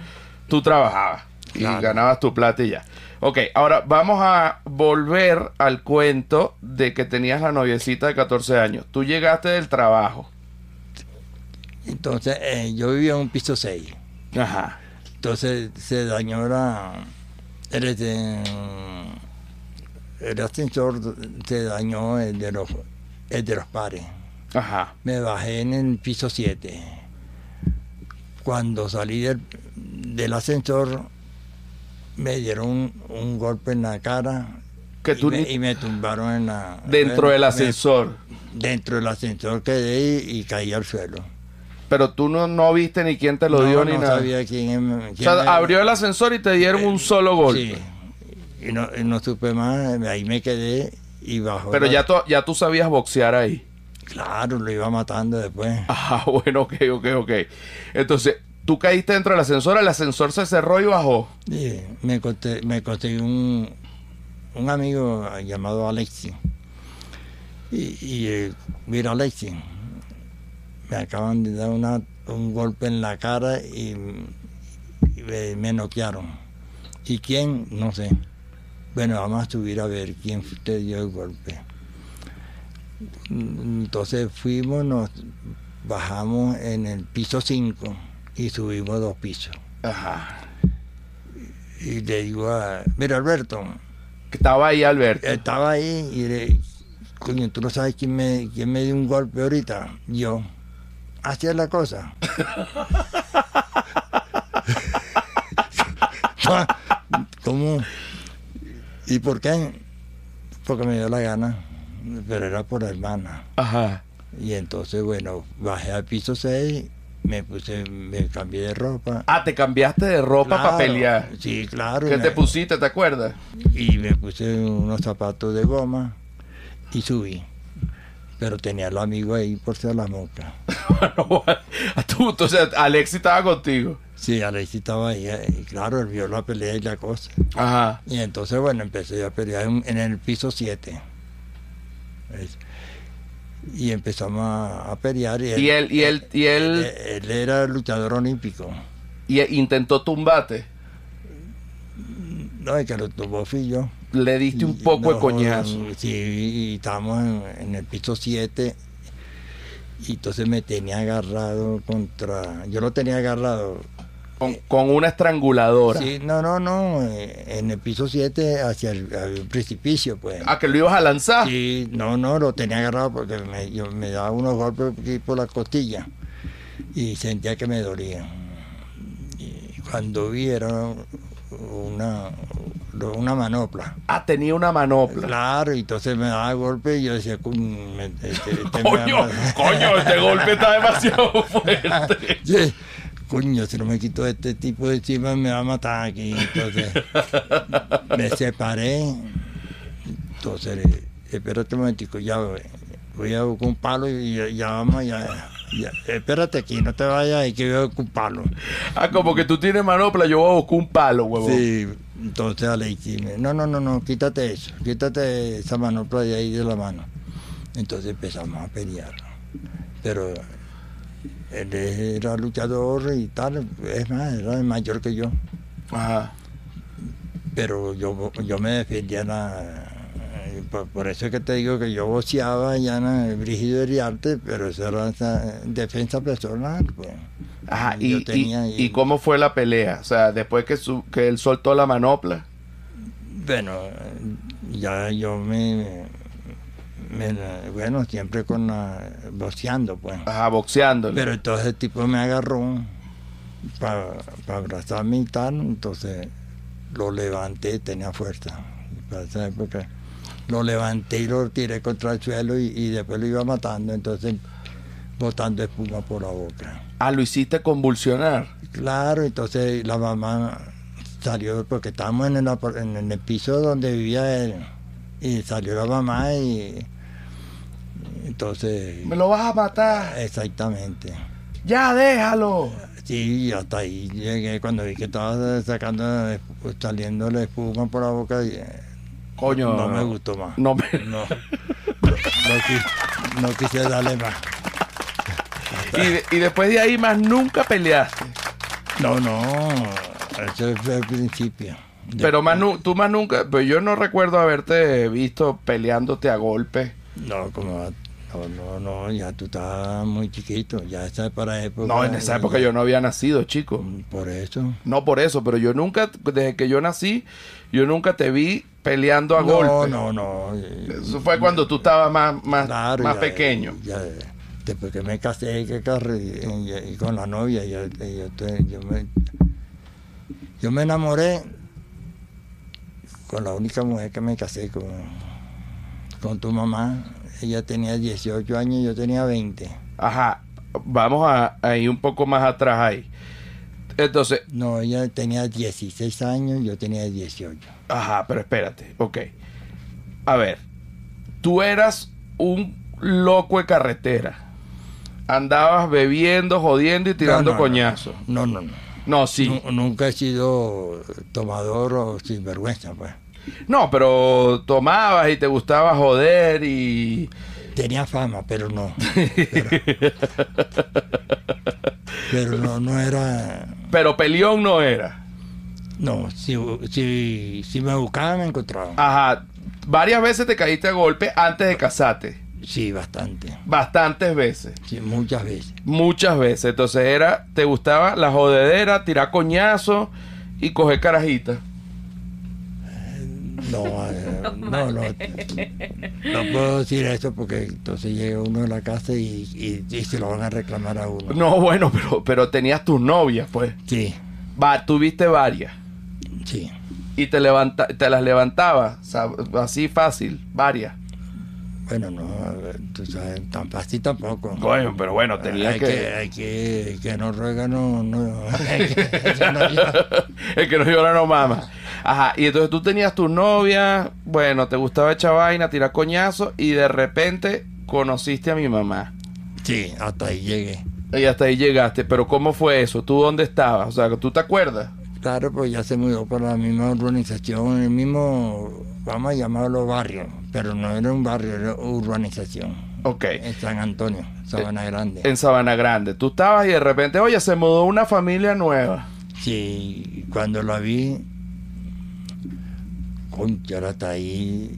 Speaker 1: tú trabajabas y
Speaker 2: Claro.
Speaker 1: ganabas tu plata y ya. Ok, ahora vamos a volver al cuento de que tenías la noviecita de 14 años. Tú llegaste del trabajo.
Speaker 2: Entonces, eh, yo vivía en un piso 6.
Speaker 1: Ajá.
Speaker 2: Entonces se dañó la, el, este, el ascensor, se dañó el de, los, el de los pares.
Speaker 1: Ajá.
Speaker 2: Me bajé en el piso 7. Cuando salí del, del ascensor, me dieron un, un golpe en la cara
Speaker 1: Que
Speaker 2: y,
Speaker 1: tú
Speaker 2: me,
Speaker 1: ni-
Speaker 2: y me tumbaron en la...
Speaker 1: dentro
Speaker 2: me-
Speaker 1: del
Speaker 2: me-
Speaker 1: ascensor.
Speaker 2: dentro del ascensor quedé y, y caí al suelo.
Speaker 1: Pero tú no, no viste ni quién te lo
Speaker 2: no,
Speaker 1: dio ni
Speaker 2: no
Speaker 1: nada.
Speaker 2: sabía quién, quién
Speaker 1: O sea,
Speaker 2: me-
Speaker 1: abrió el ascensor y te dieron un solo golpe.
Speaker 2: Sí. Y no, y no supe más, ahí me quedé y bajó.
Speaker 1: Pero
Speaker 2: la-
Speaker 1: ya, tú- ya tú sabías boxear ahí.
Speaker 2: Claro, lo iba matando después.
Speaker 1: Ah, bueno, ok, ok, ok. Entonces, tú caíste dentro del ascensor, el ascensor se cerró y bajó.
Speaker 2: Y me, conté- me conseguí un, un amigo llamado Alexi. Y, y, eh, mira, Alexi, me acaban de dar una- un golpe en la cara y, y me, me noquearon. ¿Y quién? No sé. Bueno, vamos a subir a ver quién fue- te dio el golpe. Mm, Entonces fuimos, nos bajamos en el piso 5 y subimos dos pisos.
Speaker 1: Ajá.
Speaker 2: Y le digo a, mira Alberto,
Speaker 1: Que Estaba ahí Alberto.
Speaker 2: estaba ahí y le, coño, tú no sabes quién me, quién me dio un golpe ahorita. Yo, así es la cosa. ¿Cómo? ¿Y por qué? Porque me dio la gana, pero era por la hermana.
Speaker 1: Ajá.
Speaker 2: Y entonces, bueno, bajé al piso 6, me puse, me cambié de ropa.
Speaker 1: Ah, te cambiaste de ropa para
Speaker 2: Claro,
Speaker 1: pelear.
Speaker 2: Sí, claro. y
Speaker 1: ¿Qué te
Speaker 2: me-
Speaker 1: pusiste, te acuerdas?
Speaker 2: y me puse unos zapatos de goma y subí. Pero tenía al amigo ahí por ser la mosca.
Speaker 1: Bueno, tú, tú, o sea, Alexi estaba contigo.
Speaker 2: Sí, Alexi estaba ahí, eh, y claro, él vio la pelea y la cosa.
Speaker 1: Ajá.
Speaker 2: Y entonces, bueno, empecé a pelear en, en el piso 7. Es- Y empezamos a, a pelear. Y él,
Speaker 1: Y él, y él, y él,
Speaker 2: eh, él era luchador olímpico.
Speaker 1: y él intentó tumbate.
Speaker 2: No, el que lo tuvo fui yo.
Speaker 1: Le diste un poco de
Speaker 2: No,
Speaker 1: coñazo.
Speaker 2: Sí, y estábamos en, en el piso 7 y entonces me tenía agarrado contra... Yo lo tenía agarrado.
Speaker 1: Con, con una estranguladora.
Speaker 2: Sí, no, no, no, eh, en el piso 7 hacia el, al precipicio, pues.
Speaker 1: Ah, que lo ibas a lanzar.
Speaker 2: Sí, no, no, lo tenía agarrado porque me, yo- me daba unos golpes aquí por la costilla y sentía que me dolía. Y cuando vi era una, una manopla.
Speaker 1: Ah, tenía una manopla.
Speaker 2: Claro, y entonces me daba golpe y yo decía, "Cum, me- este- este me
Speaker 1: Coño,
Speaker 2: ama".
Speaker 1: coño, este golpe está demasiado fuerte.
Speaker 2: Sí. Coño, si no me quito este tipo de encima me va a matar aquí. Entonces me separé. Entonces, eh, espérate un momentico, ya voy, voy a buscar un palo y ya, ya vamos, ya, ya. Espérate aquí, no te vayas, hay que voy a buscar un palo.
Speaker 1: Ah, como que tú tienes manopla, yo voy a buscar un palo, huevón.
Speaker 2: Sí, entonces Alexis me no, no, no, no, quítate eso, quítate esa manopla de ahí de la mano. Entonces empezamos a pelear. Pero él era luchador y tal, es más, era mayor que yo.
Speaker 1: Ajá.
Speaker 2: Pero yo, yo me defendía la- eh, por, por eso es que te digo que yo boceaba ya en el Brigido Eriarte, pero eso era esa defensa personal. Pues.
Speaker 1: Ajá,
Speaker 2: Yo
Speaker 1: y,
Speaker 2: tenía
Speaker 1: y-
Speaker 2: ahí-
Speaker 1: y cómo fue la pelea? O sea, después que, su- que él soltó la manopla.
Speaker 2: Bueno, ya yo me, me la- bueno, siempre con la, boceando, pues.
Speaker 1: Ajá, boxeando.
Speaker 2: Pero entonces el tipo me agarró para abrazarme y tal, entonces lo levanté, tenía fuerza. Para esa época, lo levanté y lo tiré contra el suelo y, y después lo iba matando, entonces botando espuma por la boca.
Speaker 1: Ah, lo hiciste convulsionar.
Speaker 2: Claro, entonces la mamá salió porque estábamos en el, apar- en el piso donde vivía él y salió la mamá y entonces
Speaker 1: Me lo vas a matar.
Speaker 2: exactamente.
Speaker 1: Ya, déjalo.
Speaker 2: Sí, hasta ahí llegué cuando vi que estaba sacando, la esp- saliendo la espuma por la boca. y, eh,
Speaker 1: Coño.
Speaker 2: no me gustó más.
Speaker 1: No me...
Speaker 2: No, no, qui- no quise darle más.
Speaker 1: Y, de- y después de ahí más nunca peleaste.
Speaker 2: No, no, ese fue el principio.
Speaker 1: Pero más nu- tú más nunca... Pero yo no recuerdo haberte visto peleándote a golpe.
Speaker 2: No, como va- no, no, no, ya tú estabas muy chiquito, ya esa para época.
Speaker 1: No, en esa época yo no había nacido, chico.
Speaker 2: Por eso.
Speaker 1: No por eso, pero yo nunca, desde que yo nací, yo nunca te vi peleando a
Speaker 2: No,
Speaker 1: golpe.
Speaker 2: no, no. eh,
Speaker 1: Eso fue cuando tú estabas más, más,
Speaker 2: Claro,
Speaker 1: más
Speaker 2: ya-
Speaker 1: pequeño.
Speaker 2: ya- después que me casé que carre- y, y con la novia, yo, yo te- yo me, yo me enamoré con la única mujer que me casé con, con tu mamá. Ella tenía 18 años, yo tenía 20.
Speaker 1: Ajá, vamos a, a ir un poco más atrás ahí. Entonces,
Speaker 2: No, ella tenía 16 años, yo tenía 18.
Speaker 1: ajá, pero espérate, ok. A ver, tú eras un loco de carretera. Andabas bebiendo, jodiendo y tirando
Speaker 2: No, no, no.
Speaker 1: coñazos.
Speaker 2: No, no, no.
Speaker 1: No, sí.
Speaker 2: Nu- Nunca he sido tomador o sinvergüenza, pues.
Speaker 1: No, pero tomabas y te gustaba joder y...
Speaker 2: Tenía fama, pero no. Pero, pero no, no era.
Speaker 1: Pero peleón no era.
Speaker 2: No, si, si, si me buscaban, me encontraban.
Speaker 1: Ajá. Varias veces te caíste a golpe antes de casarte.
Speaker 2: Sí, bastante.
Speaker 1: Bastantes veces.
Speaker 2: Sí, muchas veces.
Speaker 1: Muchas veces. Entonces era, te gustaba la jodedera, tirar coñazo y coger carajita.
Speaker 2: No, eh, no, no, no puedo decir eso porque entonces llega uno a la casa y, y, y se lo van a reclamar a uno.
Speaker 1: No, bueno, pero, pero tenías tus novias, pues.
Speaker 2: Sí,
Speaker 1: Va, tuviste varias.
Speaker 2: sí.
Speaker 1: Y te, levanta, te las levantabas. sab- Así fácil, varias.
Speaker 2: Bueno, no, tú sabes, tan fácil tampoco.
Speaker 1: Bueno, pero bueno, tenías
Speaker 2: hay que,
Speaker 1: que...
Speaker 2: hay que, que no ruega, no, no, eso no lleva.
Speaker 1: El que no llora no mama. Ajá, y entonces tú tenías tu novia, bueno, te gustaba echar vaina, tirar coñazo y de repente conociste a mi mamá.
Speaker 2: Sí, hasta ahí llegué.
Speaker 1: Y hasta ahí llegaste, pero ¿cómo fue eso? ¿Tú dónde estabas? O sea, ¿tú te acuerdas?
Speaker 2: Claro, pues ya se mudó para la misma urbanización, el mismo, vamos a llamarlo barrio, pero no era un barrio, era urbanización.
Speaker 1: Ok,
Speaker 2: En San Antonio, Sabana Grande.
Speaker 1: Eh, en Sabana Grande. Tú estabas y de repente, oye, se mudó una familia nueva.
Speaker 2: Sí, cuando la vi, concha, hasta ahí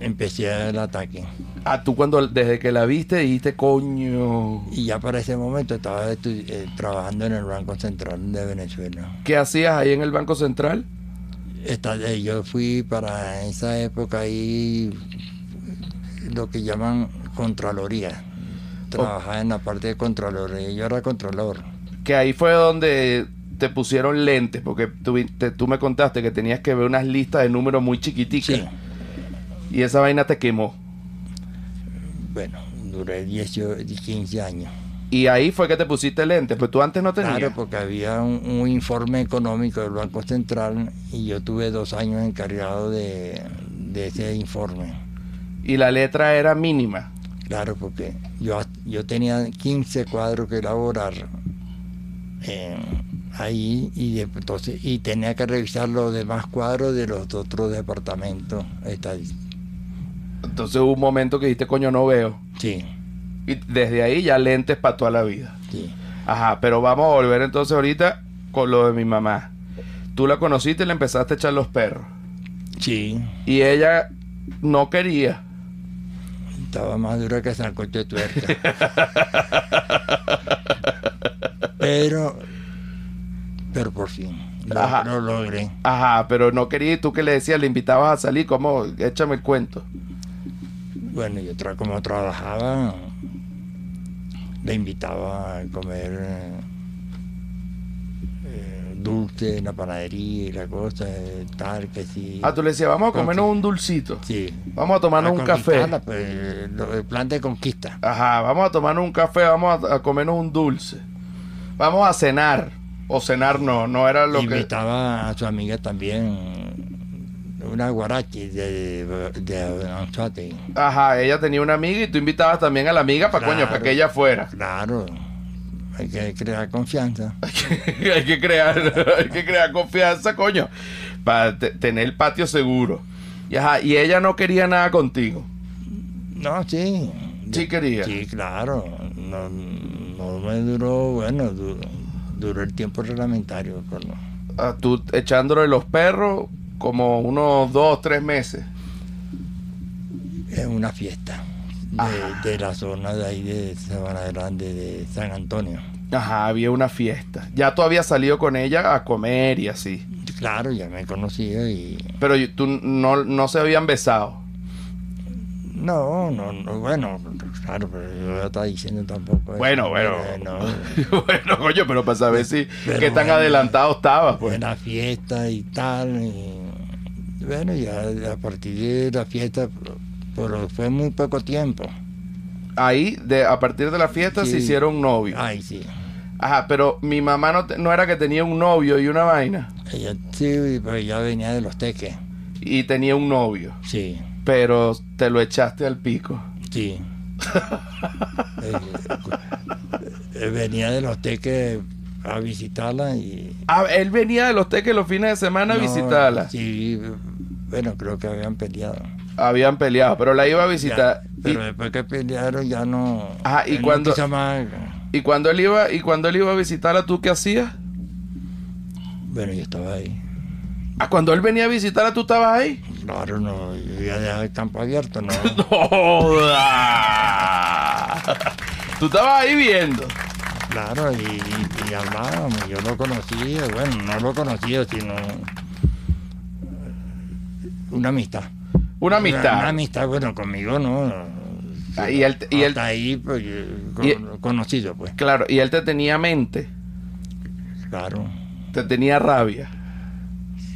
Speaker 2: empecé el ataque.
Speaker 1: Ah, tú cuando, desde que la viste, dijiste, coño,
Speaker 2: Y ya para ese momento estaba estu- eh, trabajando en el Banco Central de Venezuela.
Speaker 1: ¿qué hacías ahí en el Banco Central?
Speaker 2: Esta- eh, yo fui para esa época ahí lo que llaman Contraloría. Trabajaba en la parte de Contraloría. Yo era Contralor.
Speaker 1: Que ahí fue donde te pusieron lentes, porque tú, tú me contaste que tenías que ver unas listas de números muy chiquiticas.
Speaker 2: Sí.
Speaker 1: Y esa vaina te quemó.
Speaker 2: Bueno, duré 18, 15 años.
Speaker 1: Y ahí fue que te pusiste lentes, pero tú antes no tenías.
Speaker 2: Claro, pues. porque había un, un informe económico del Banco Central y yo tuve dos años encargado de, de ese informe.
Speaker 1: Y la letra era mínima.
Speaker 2: Claro, porque yo, yo tenía 15 cuadros que elaborar eh, ahí y, de- entonces, y tenía que revisar los demás cuadros de los otros departamentos. estadísticos.
Speaker 1: Entonces hubo un momento que dijiste, coño, no veo.
Speaker 2: Sí,
Speaker 1: Y desde ahí ya lentes para toda la vida.
Speaker 2: sí.
Speaker 1: Ajá, pero vamos a volver entonces ahorita con lo de mi mamá. Tú la conociste y le empezaste a echar los perros.
Speaker 2: Sí,
Speaker 1: Y ella no quería.
Speaker 2: estaba más dura que sancocho de tuerca. pero, pero por fin, lo,
Speaker 1: Ajá.
Speaker 2: lo logré.
Speaker 1: Ajá, pero no quería. ¿Y tú qué le decías? Le invitabas a salir. ¿Cómo? Échame el cuento.
Speaker 2: Bueno, yo tra- como trabajaba, le invitaba a comer eh, eh, dulce en la panadería y la cosa, eh, tal, que sí.
Speaker 1: Ah, tú le decías, vamos a comernos un dulcito.
Speaker 2: Sí. Ah,
Speaker 1: Vamos a tomarnos
Speaker 2: A
Speaker 1: un café.
Speaker 2: conquistarla, pues, lo- el plan de conquista.
Speaker 1: Ajá, vamos a tomarnos un café, vamos a, a comernos un dulce. Vamos a cenar. O cenar no, no era lo que...
Speaker 2: Invitaba a su amiga también una guarachi de, de Anzoátegui.
Speaker 1: Ajá, ella tenía una amiga y tú invitabas también a la amiga para coño,
Speaker 2: Claro.
Speaker 1: para que ella fuera.
Speaker 2: Claro, hay que crear confianza.
Speaker 1: hay que crear, hay que crear confianza, coño, para te- tener el patio seguro. Y, ajá, y ella no quería nada contigo.
Speaker 2: No, sí.
Speaker 1: Sí quería.
Speaker 2: Sí, claro. No, no me duró, bueno, du- duró el tiempo reglamentario. pero-
Speaker 1: Ah, tú echándole los perros como unos dos, tres meses.
Speaker 2: es una fiesta de, de la zona de ahí de Sabana Grande, de San Antonio.
Speaker 1: Ajá, había una fiesta. Ya tú habías salido con ella a comer y así.
Speaker 2: Claro, ya me conocía y...
Speaker 1: Pero y- tú no, no se habían besado.
Speaker 2: No, no, no, bueno, claro, pero yo no estaba diciendo tampoco. eso.
Speaker 1: Bueno, bueno.
Speaker 2: Eh, no,
Speaker 1: bueno, coño, pero para saber si
Speaker 2: Pero
Speaker 1: qué tan
Speaker 2: bueno.
Speaker 1: adelantado estabas, pues.
Speaker 2: buena fiesta y tal. y bueno, ya a partir de la fiesta, pero fue muy poco tiempo.
Speaker 1: Ahí, de, a partir de la fiesta, se
Speaker 2: Sí. Ah.
Speaker 1: hicieron novios.
Speaker 2: Ay, sí.
Speaker 1: Ajá, pero mi mamá no, te- no era que tenía un novio y una vaina.
Speaker 2: Ella, sí, pero ya venía de los teques.
Speaker 1: Y tenía un novio.
Speaker 2: Sí,
Speaker 1: Pero te lo echaste al pico.
Speaker 2: sí. Eh, eh, venía de los teques a visitarla y...
Speaker 1: Ah, él venía de los teques los fines de semana a
Speaker 2: no,
Speaker 1: visitarla.
Speaker 2: Sí, bueno, creo que habían peleado.
Speaker 1: Habían peleado, pero la iba a
Speaker 2: Ya,
Speaker 1: visitar.
Speaker 2: pero después que pelearon ya no.
Speaker 1: Ajá, ¿y
Speaker 2: él no
Speaker 1: cuando-
Speaker 2: quiso más.
Speaker 1: Y, y cuando él iba, y cuando él iba a visitarla, ¿tú qué hacías?
Speaker 2: Bueno, yo estaba ahí.
Speaker 1: Ah, cuando él venía a visitarla, ¿tú estabas ahí?
Speaker 2: Claro, no, yo ya dejaba el campo abierto, no.
Speaker 1: ¡No joda! Tú estabas ahí viendo.
Speaker 2: claro, y, y- y hablábamos, yo lo conocía, bueno, no lo conocía, sino. eh, Una amistad.
Speaker 1: Una amistad.
Speaker 2: Una amistad, bueno, conmigo no. eh,
Speaker 1: Ah, y él- y él-
Speaker 2: Hasta ahí, pues, con-
Speaker 1: Y-
Speaker 2: conocido, pues,
Speaker 1: Claro, y él te tenía mente,
Speaker 2: claro.
Speaker 1: te tenía rabia.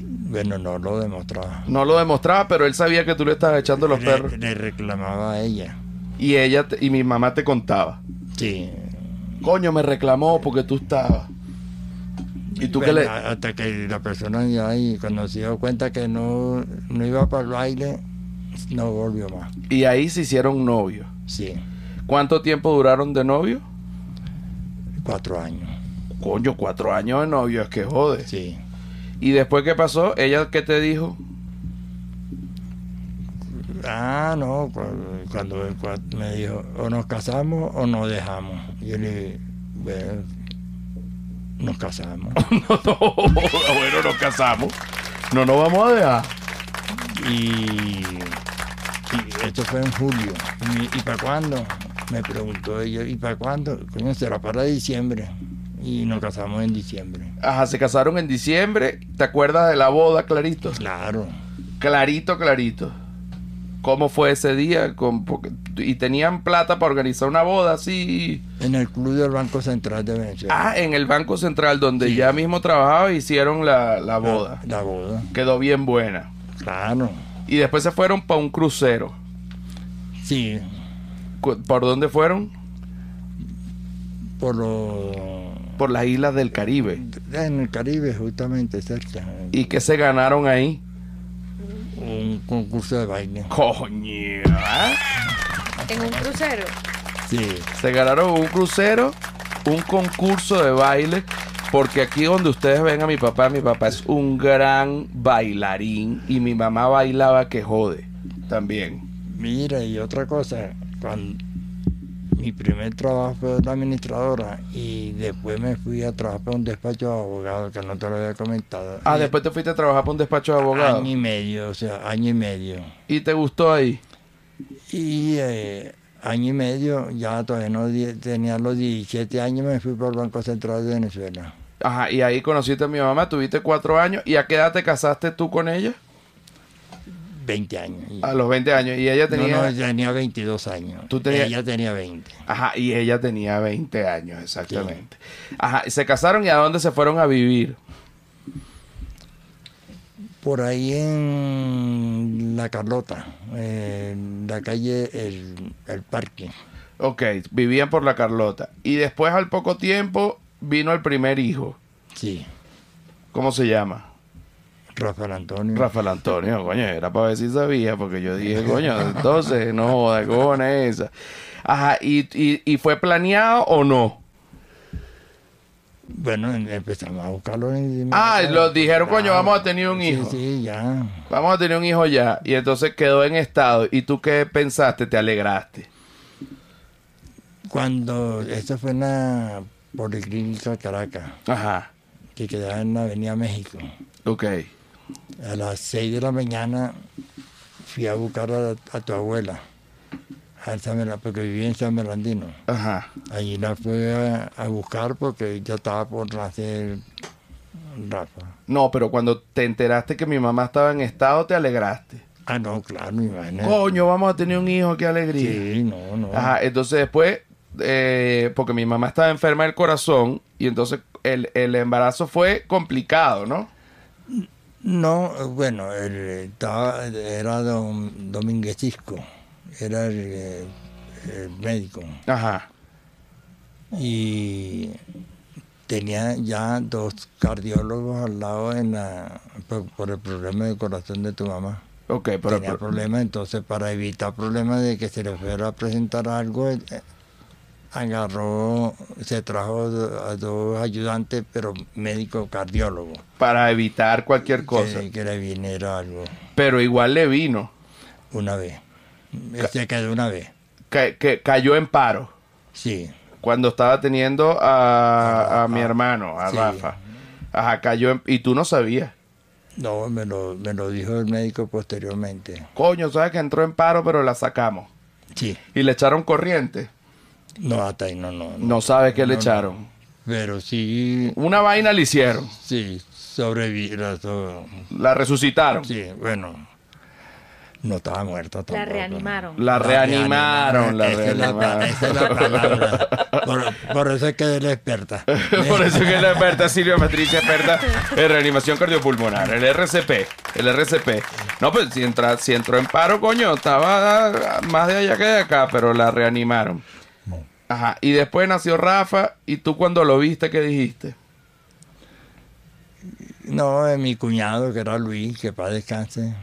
Speaker 2: Bueno, no lo demostraba.
Speaker 1: No lo demostraba, pero él sabía que tú le estabas echando los perros.
Speaker 2: Le, le reclamaba a ella.
Speaker 1: Y ella te- y mi mamá te contaba.
Speaker 2: Sí.
Speaker 1: Coño, me reclamó porque tú estabas. Y tú que
Speaker 2: Bueno,
Speaker 1: le
Speaker 2: a- Hasta que la persona ya ahí, cuando se dio cuenta que no, no iba para el baile, no volvió más.
Speaker 1: y ahí se hicieron novios.
Speaker 2: Sí,
Speaker 1: ¿Cuánto tiempo duraron de novio?
Speaker 2: cuatro años.
Speaker 1: Coño, cuatro años de novio, es que jode.
Speaker 2: Sí.
Speaker 1: Y después qué pasó, ella qué te dijo.
Speaker 2: Ah, no, cu- cuando, cuando me dijo, o nos casamos o nos dejamos. Yo le dije, bueno, nos casamos.
Speaker 1: no, no, Oh, bueno, nos casamos. No nos vamos a dejar.
Speaker 2: Y, y esto fue en julio. Y, me- ¿y para cuándo? Me preguntó ella, ¿y para cuándo? Coño, será para diciembre. Y nos casamos en diciembre.
Speaker 1: Ajá, se casaron en diciembre. ¿Te acuerdas de la boda, Clarito?
Speaker 2: Claro.
Speaker 1: Clarito, clarito. ¿Cómo fue ese día? Con- porque- y tenían plata para organizar una boda así.
Speaker 2: En el club del Banco Central de Venezuela.
Speaker 1: Ah, en el Banco Central, donde
Speaker 2: Sí.
Speaker 1: ya mismo trabajaba, hicieron la, la boda.
Speaker 2: La boda,
Speaker 1: Quedó bien buena.
Speaker 2: claro.
Speaker 1: Y después se fueron para un crucero.
Speaker 2: Sí,
Speaker 1: Cu- ¿Por dónde fueron?
Speaker 2: por lo...
Speaker 1: Por las islas del Caribe.
Speaker 2: En el Caribe, justamente cerca.
Speaker 1: ¿Y qué se ganaron ahí?
Speaker 2: Un concurso de baile.
Speaker 1: Coño.
Speaker 4: En un crucero.
Speaker 2: Sí,
Speaker 1: Se ganaron un crucero, un concurso de baile. Porque aquí donde ustedes ven a mi papá, mi papá es un gran bailarín y mi mamá bailaba que jode también.
Speaker 2: mira, y otra cosa, cuando mi primer trabajo fue de administradora y después me fui a trabajar para un despacho de abogado que no te lo había comentado.
Speaker 1: Ah,
Speaker 2: Y-
Speaker 1: después te fuiste a trabajar para un despacho de abogados.
Speaker 2: Año y medio, o sea, año y medio.
Speaker 1: ¿Y te gustó ahí?
Speaker 2: Y eh, año y medio, ya todavía no di- tenía los 17 años, me fui por el Banco Central de Venezuela.
Speaker 1: Ajá, y ahí conociste a mi mamá, tuviste cuatro años. ¿Y a qué edad te casaste tú con ella?
Speaker 2: 20 años. Y-
Speaker 1: A los 20 años. Y ella Ah, tenía.
Speaker 2: No, no, ella tenía 22 años.
Speaker 1: Tú tenías-
Speaker 2: Ella tenía 20.
Speaker 1: Ajá, y ella tenía 20 años, exactamente. Ajá, y se casaron y a dónde se fueron a vivir.
Speaker 2: Por ahí en La Carlota, en la calle El, el Parque.
Speaker 1: Ok, vivían por la Carlota. Y después, al poco tiempo, vino el primer hijo.
Speaker 2: Sí,
Speaker 1: ¿Cómo se llama?
Speaker 2: Rafael Antonio.
Speaker 1: Rafael Antonio, coño, era para ver si sabía, porque yo dije, coño, entonces, no joda, qué buena es esa. Ajá, ¿y, y, y fue planeado o no?
Speaker 2: Bueno, em- empezamos a buscarlo. En,
Speaker 1: Ah, lo dijeron, coño, vamos a tener un
Speaker 2: Sí,
Speaker 1: hijo.
Speaker 2: Sí, ya.
Speaker 1: Vamos a tener un hijo ya. Y entonces quedó en estado. ¿Y tú qué pensaste? ¿Te alegraste?
Speaker 2: Cuando, esto fue en la Policlínica Caracas,
Speaker 1: Ajá,
Speaker 2: que quedaba en la Avenida México.
Speaker 1: ok.
Speaker 2: A las 6 de la mañana fui a buscar a, a tu abuela, a San Melan- porque vivía en San Melandino.
Speaker 1: Ajá,
Speaker 2: Allí la fui a, a buscar porque yo estaba por nacer Rafa.
Speaker 1: No, pero cuando te enteraste que mi mamá estaba en estado, te alegraste.
Speaker 2: Ah, no, claro, imagínate.
Speaker 1: Coño, Ah. vamos a tener un hijo, qué alegría.
Speaker 2: Sí, no, no.
Speaker 1: Ajá, entonces después, eh, porque mi mamá estaba enferma del corazón, y entonces el, el embarazo fue complicado, ¿no?
Speaker 2: No, eh, bueno, el, eh, estaba- era don Dominguezisco, era el, eh, el médico.
Speaker 1: Ajá.
Speaker 2: Y tenía ya dos cardiólogos al lado en la, por, por el problema del corazón de tu mamá.
Speaker 1: Ok, pero,
Speaker 2: tenía
Speaker 1: pero-
Speaker 2: problemas, entonces para evitar problemas de que se le fuera a presentar algo, eh, agarró, se trajo do- a dos ayudantes, pero médico cardiólogo,
Speaker 1: para evitar cualquier cosa.
Speaker 2: que, que le viniera algo
Speaker 1: Pero igual le vino,
Speaker 2: una vez. Eh, Se quedó una vez,
Speaker 1: ca- que cayó en paro
Speaker 2: sí.
Speaker 1: cuando estaba teniendo a, a mi
Speaker 2: Ah,
Speaker 1: hermano, a
Speaker 2: sí.
Speaker 1: Rafa. Ajá, cayó en... Y tú no sabías.
Speaker 2: No, me lo, me lo dijo el médico posteriormente.
Speaker 1: Coño, sabes que entró en paro, pero la sacamos.
Speaker 2: Sí.
Speaker 1: Y le echaron corriente.
Speaker 2: No, hasta ahí no, no. no.
Speaker 1: No sabes qué le
Speaker 2: No, no.
Speaker 1: echaron.
Speaker 2: Pero sí,
Speaker 1: Una vaina le hicieron.
Speaker 2: sí, sobreviví. la so-
Speaker 1: La resucitaron.
Speaker 2: Sí, bueno. No estaba muerta tampoco.
Speaker 4: La reanimaron.
Speaker 1: La reanimaron, la
Speaker 2: Esa es la
Speaker 1: reanimaron.
Speaker 2: pa- esa es la palabra. Por, por eso es que él es experta.
Speaker 1: Por eso que la experta Silvia Patricia, experta en reanimación cardiopulmonar, el RCP, el RCP. No, pues si, entra, si entró en paro, coño, estaba ah, más de allá que de acá, pero la reanimaron. Ajá, y después nació Rafa, y tú cuando lo viste, ¿qué dijiste?
Speaker 2: No, eh, mi cuñado, que era Luis, que para descanse.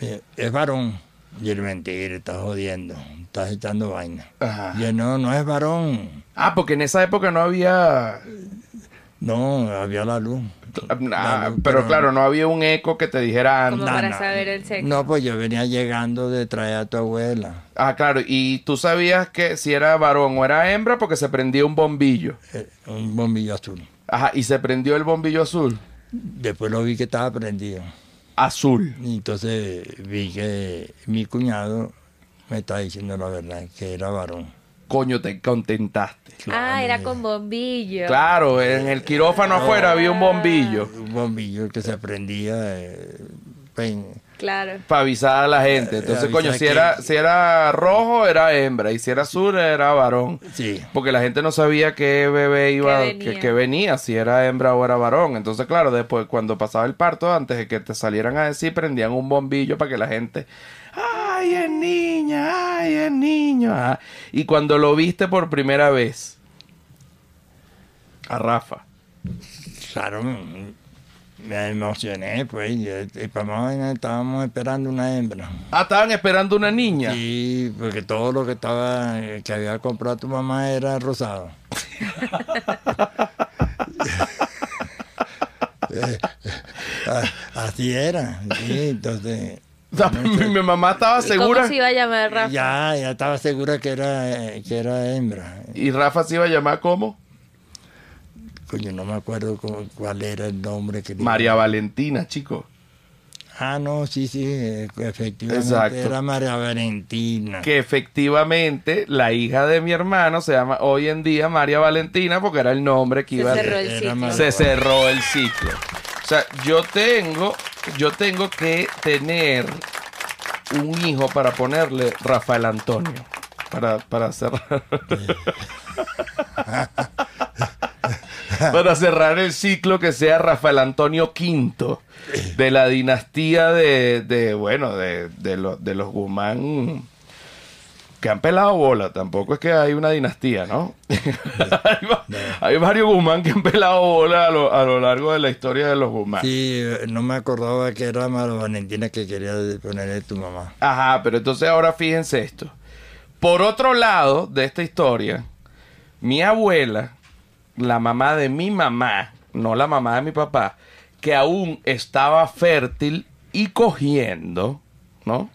Speaker 2: eh, Es varón. Y él, mentira, estás jodiendo. Estás echando vaina.
Speaker 1: Ajá.
Speaker 2: Y él, no, no es varón.
Speaker 1: Ah, porque en esa época no había...
Speaker 2: No, había la luz.
Speaker 1: ah,
Speaker 2: Claro,
Speaker 1: pero
Speaker 2: pero-
Speaker 1: claro, no había un eco que te dijera...
Speaker 4: Como
Speaker 1: "Anda".
Speaker 4: para saber el sexo.
Speaker 2: No, pues yo venía llegando de traer a tu abuela.
Speaker 1: Ah, claro, y tú sabías que si era varón o era hembra porque se prendía un bombillo.
Speaker 2: eh, un bombillo azul.
Speaker 1: Ajá, y se prendió el bombillo azul.
Speaker 2: Después lo vi que estaba prendido.
Speaker 1: Azul.
Speaker 2: Y entonces vi que mi cuñado me estaba diciendo la verdad, que era varón.
Speaker 1: Coño, te contentaste.
Speaker 4: Ah, era con bombillo.
Speaker 1: Claro, en el quirófano afuera había un bombillo
Speaker 2: Un bombillo que se prendía eh, pen-
Speaker 4: Claro.
Speaker 1: para avisar a la gente. Entonces,
Speaker 2: Eh,
Speaker 1: coño,
Speaker 2: avisa
Speaker 1: si
Speaker 2: que-
Speaker 1: era, si era rojo, era hembra. Y si era azul, era varón.
Speaker 2: Sí.
Speaker 1: Porque la gente no sabía qué bebé iba, que
Speaker 4: venía.
Speaker 1: que venía. si era hembra o era varón. Entonces, claro, después, cuando pasaba el parto, antes de que te salieran a decir, prendían un bombillo para que la gente. ¡Ay, es niña! ¡Ay, es niño! Ah, Y cuando lo viste por primera vez, a Rafa.
Speaker 2: Claro, mm, me emocioné, pues. Y, y para más vaina estábamos esperando una hembra.
Speaker 1: Ah, estaban esperando una niña.
Speaker 2: Sí, porque todo lo que estaba eh, que había comprado tu mamá era rosado. Eh, a- Así era, sí, entonces
Speaker 1: O sea, mi, mi mamá estaba
Speaker 4: ¿Y
Speaker 1: segura.
Speaker 4: ¿Cómo se iba a llamar Rafa?
Speaker 2: ya, ya estaba segura que era eh, que era hembra.
Speaker 1: Y Rafa se iba a llamar como
Speaker 2: Coño, no me acuerdo cómo- cuál era el nombre que le-
Speaker 1: María Valentina, chico.
Speaker 2: Ah, no, sí, sí, eh, efectivamente
Speaker 1: Exacto.
Speaker 2: era María Valentina.
Speaker 1: Que efectivamente la hija de mi hermano se llama hoy en día María Valentina porque era el nombre que
Speaker 4: Se
Speaker 1: iba a
Speaker 4: cerró el
Speaker 2: Era
Speaker 4: ciclo.
Speaker 2: más-
Speaker 1: se cerró el ciclo. O sea, yo tengo yo tengo que tener un hijo para ponerle Rafael Antonio. Para, para cerrar. para cerrar el ciclo que sea Rafael Antonio V de la dinastía de, de, bueno, de, de, lo- de los Guzmán que han pelado bola. Tampoco es que hay una dinastía, ¿no? hay, va- hay varios Guzmán que han pelado bola a lo, a lo largo de la historia de los Guzmán.
Speaker 2: Sí, no me acordaba que era Mara Valentina que quería ponerle tu mamá.
Speaker 1: Ajá, pero entonces ahora fíjense esto. Por otro lado de esta historia, mi abuela, la mamá de mi mamá, no la mamá de mi papá, que aún estaba fértil y cogiendo, ¿no?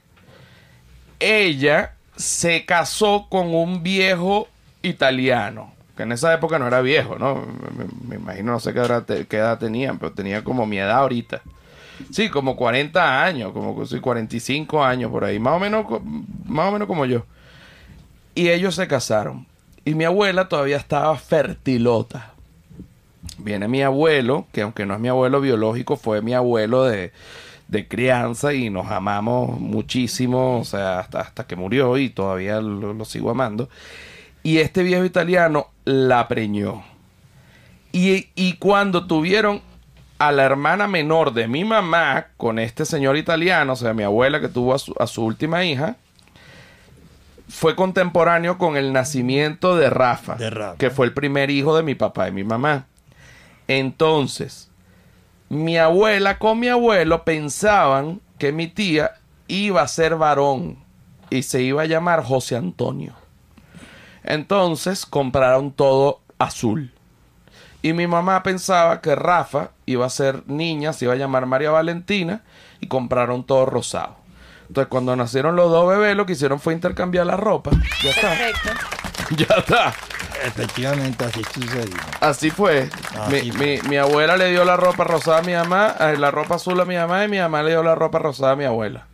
Speaker 1: Ella se casó con un viejo italiano, que en esa época no era viejo, ¿no? Me, me imagino, no sé qué, edad te- qué edad tenían, pero tenía como mi edad ahorita. Sí, como 40 años, como que sí, 45 años por ahí, más o menos, co- más o menos como yo. Y ellos se casaron. Y mi abuela todavía estaba fertilota. Viene mi abuelo, que aunque no es mi abuelo biológico, fue mi abuelo de, de crianza y nos amamos muchísimo, o sea, hasta, hasta que murió y todavía lo, lo sigo amando. Y este viejo italiano la preñó. Y, y cuando tuvieron a la hermana menor de mi mamá con este señor italiano, o sea, mi abuela que tuvo a su, a su última hija, fue contemporáneo con el nacimiento de Rafa,
Speaker 2: De Rafa.
Speaker 1: que fue el primer hijo de mi papá y mi mamá. Entonces, mi abuela con mi abuelo pensaban que mi tía iba a ser varón y se iba a llamar José Antonio. Entonces compraron todo azul. Y mi mamá pensaba que Rafa iba a ser niña, se iba a llamar María Valentina, y compraron todo rosado. Entonces, cuando nacieron los dos bebés, lo que hicieron fue intercambiar la ropa. Ya está.
Speaker 4: Perfecto.
Speaker 1: Ya está.
Speaker 2: Efectivamente, así sucedió.
Speaker 1: Así fue.
Speaker 2: Así
Speaker 1: mi,
Speaker 2: fue.
Speaker 1: mi- mi abuela le dio la ropa rosada a mi mamá, eh, la ropa azul a mi mamá, y mi mamá le dio la ropa rosada a mi abuela.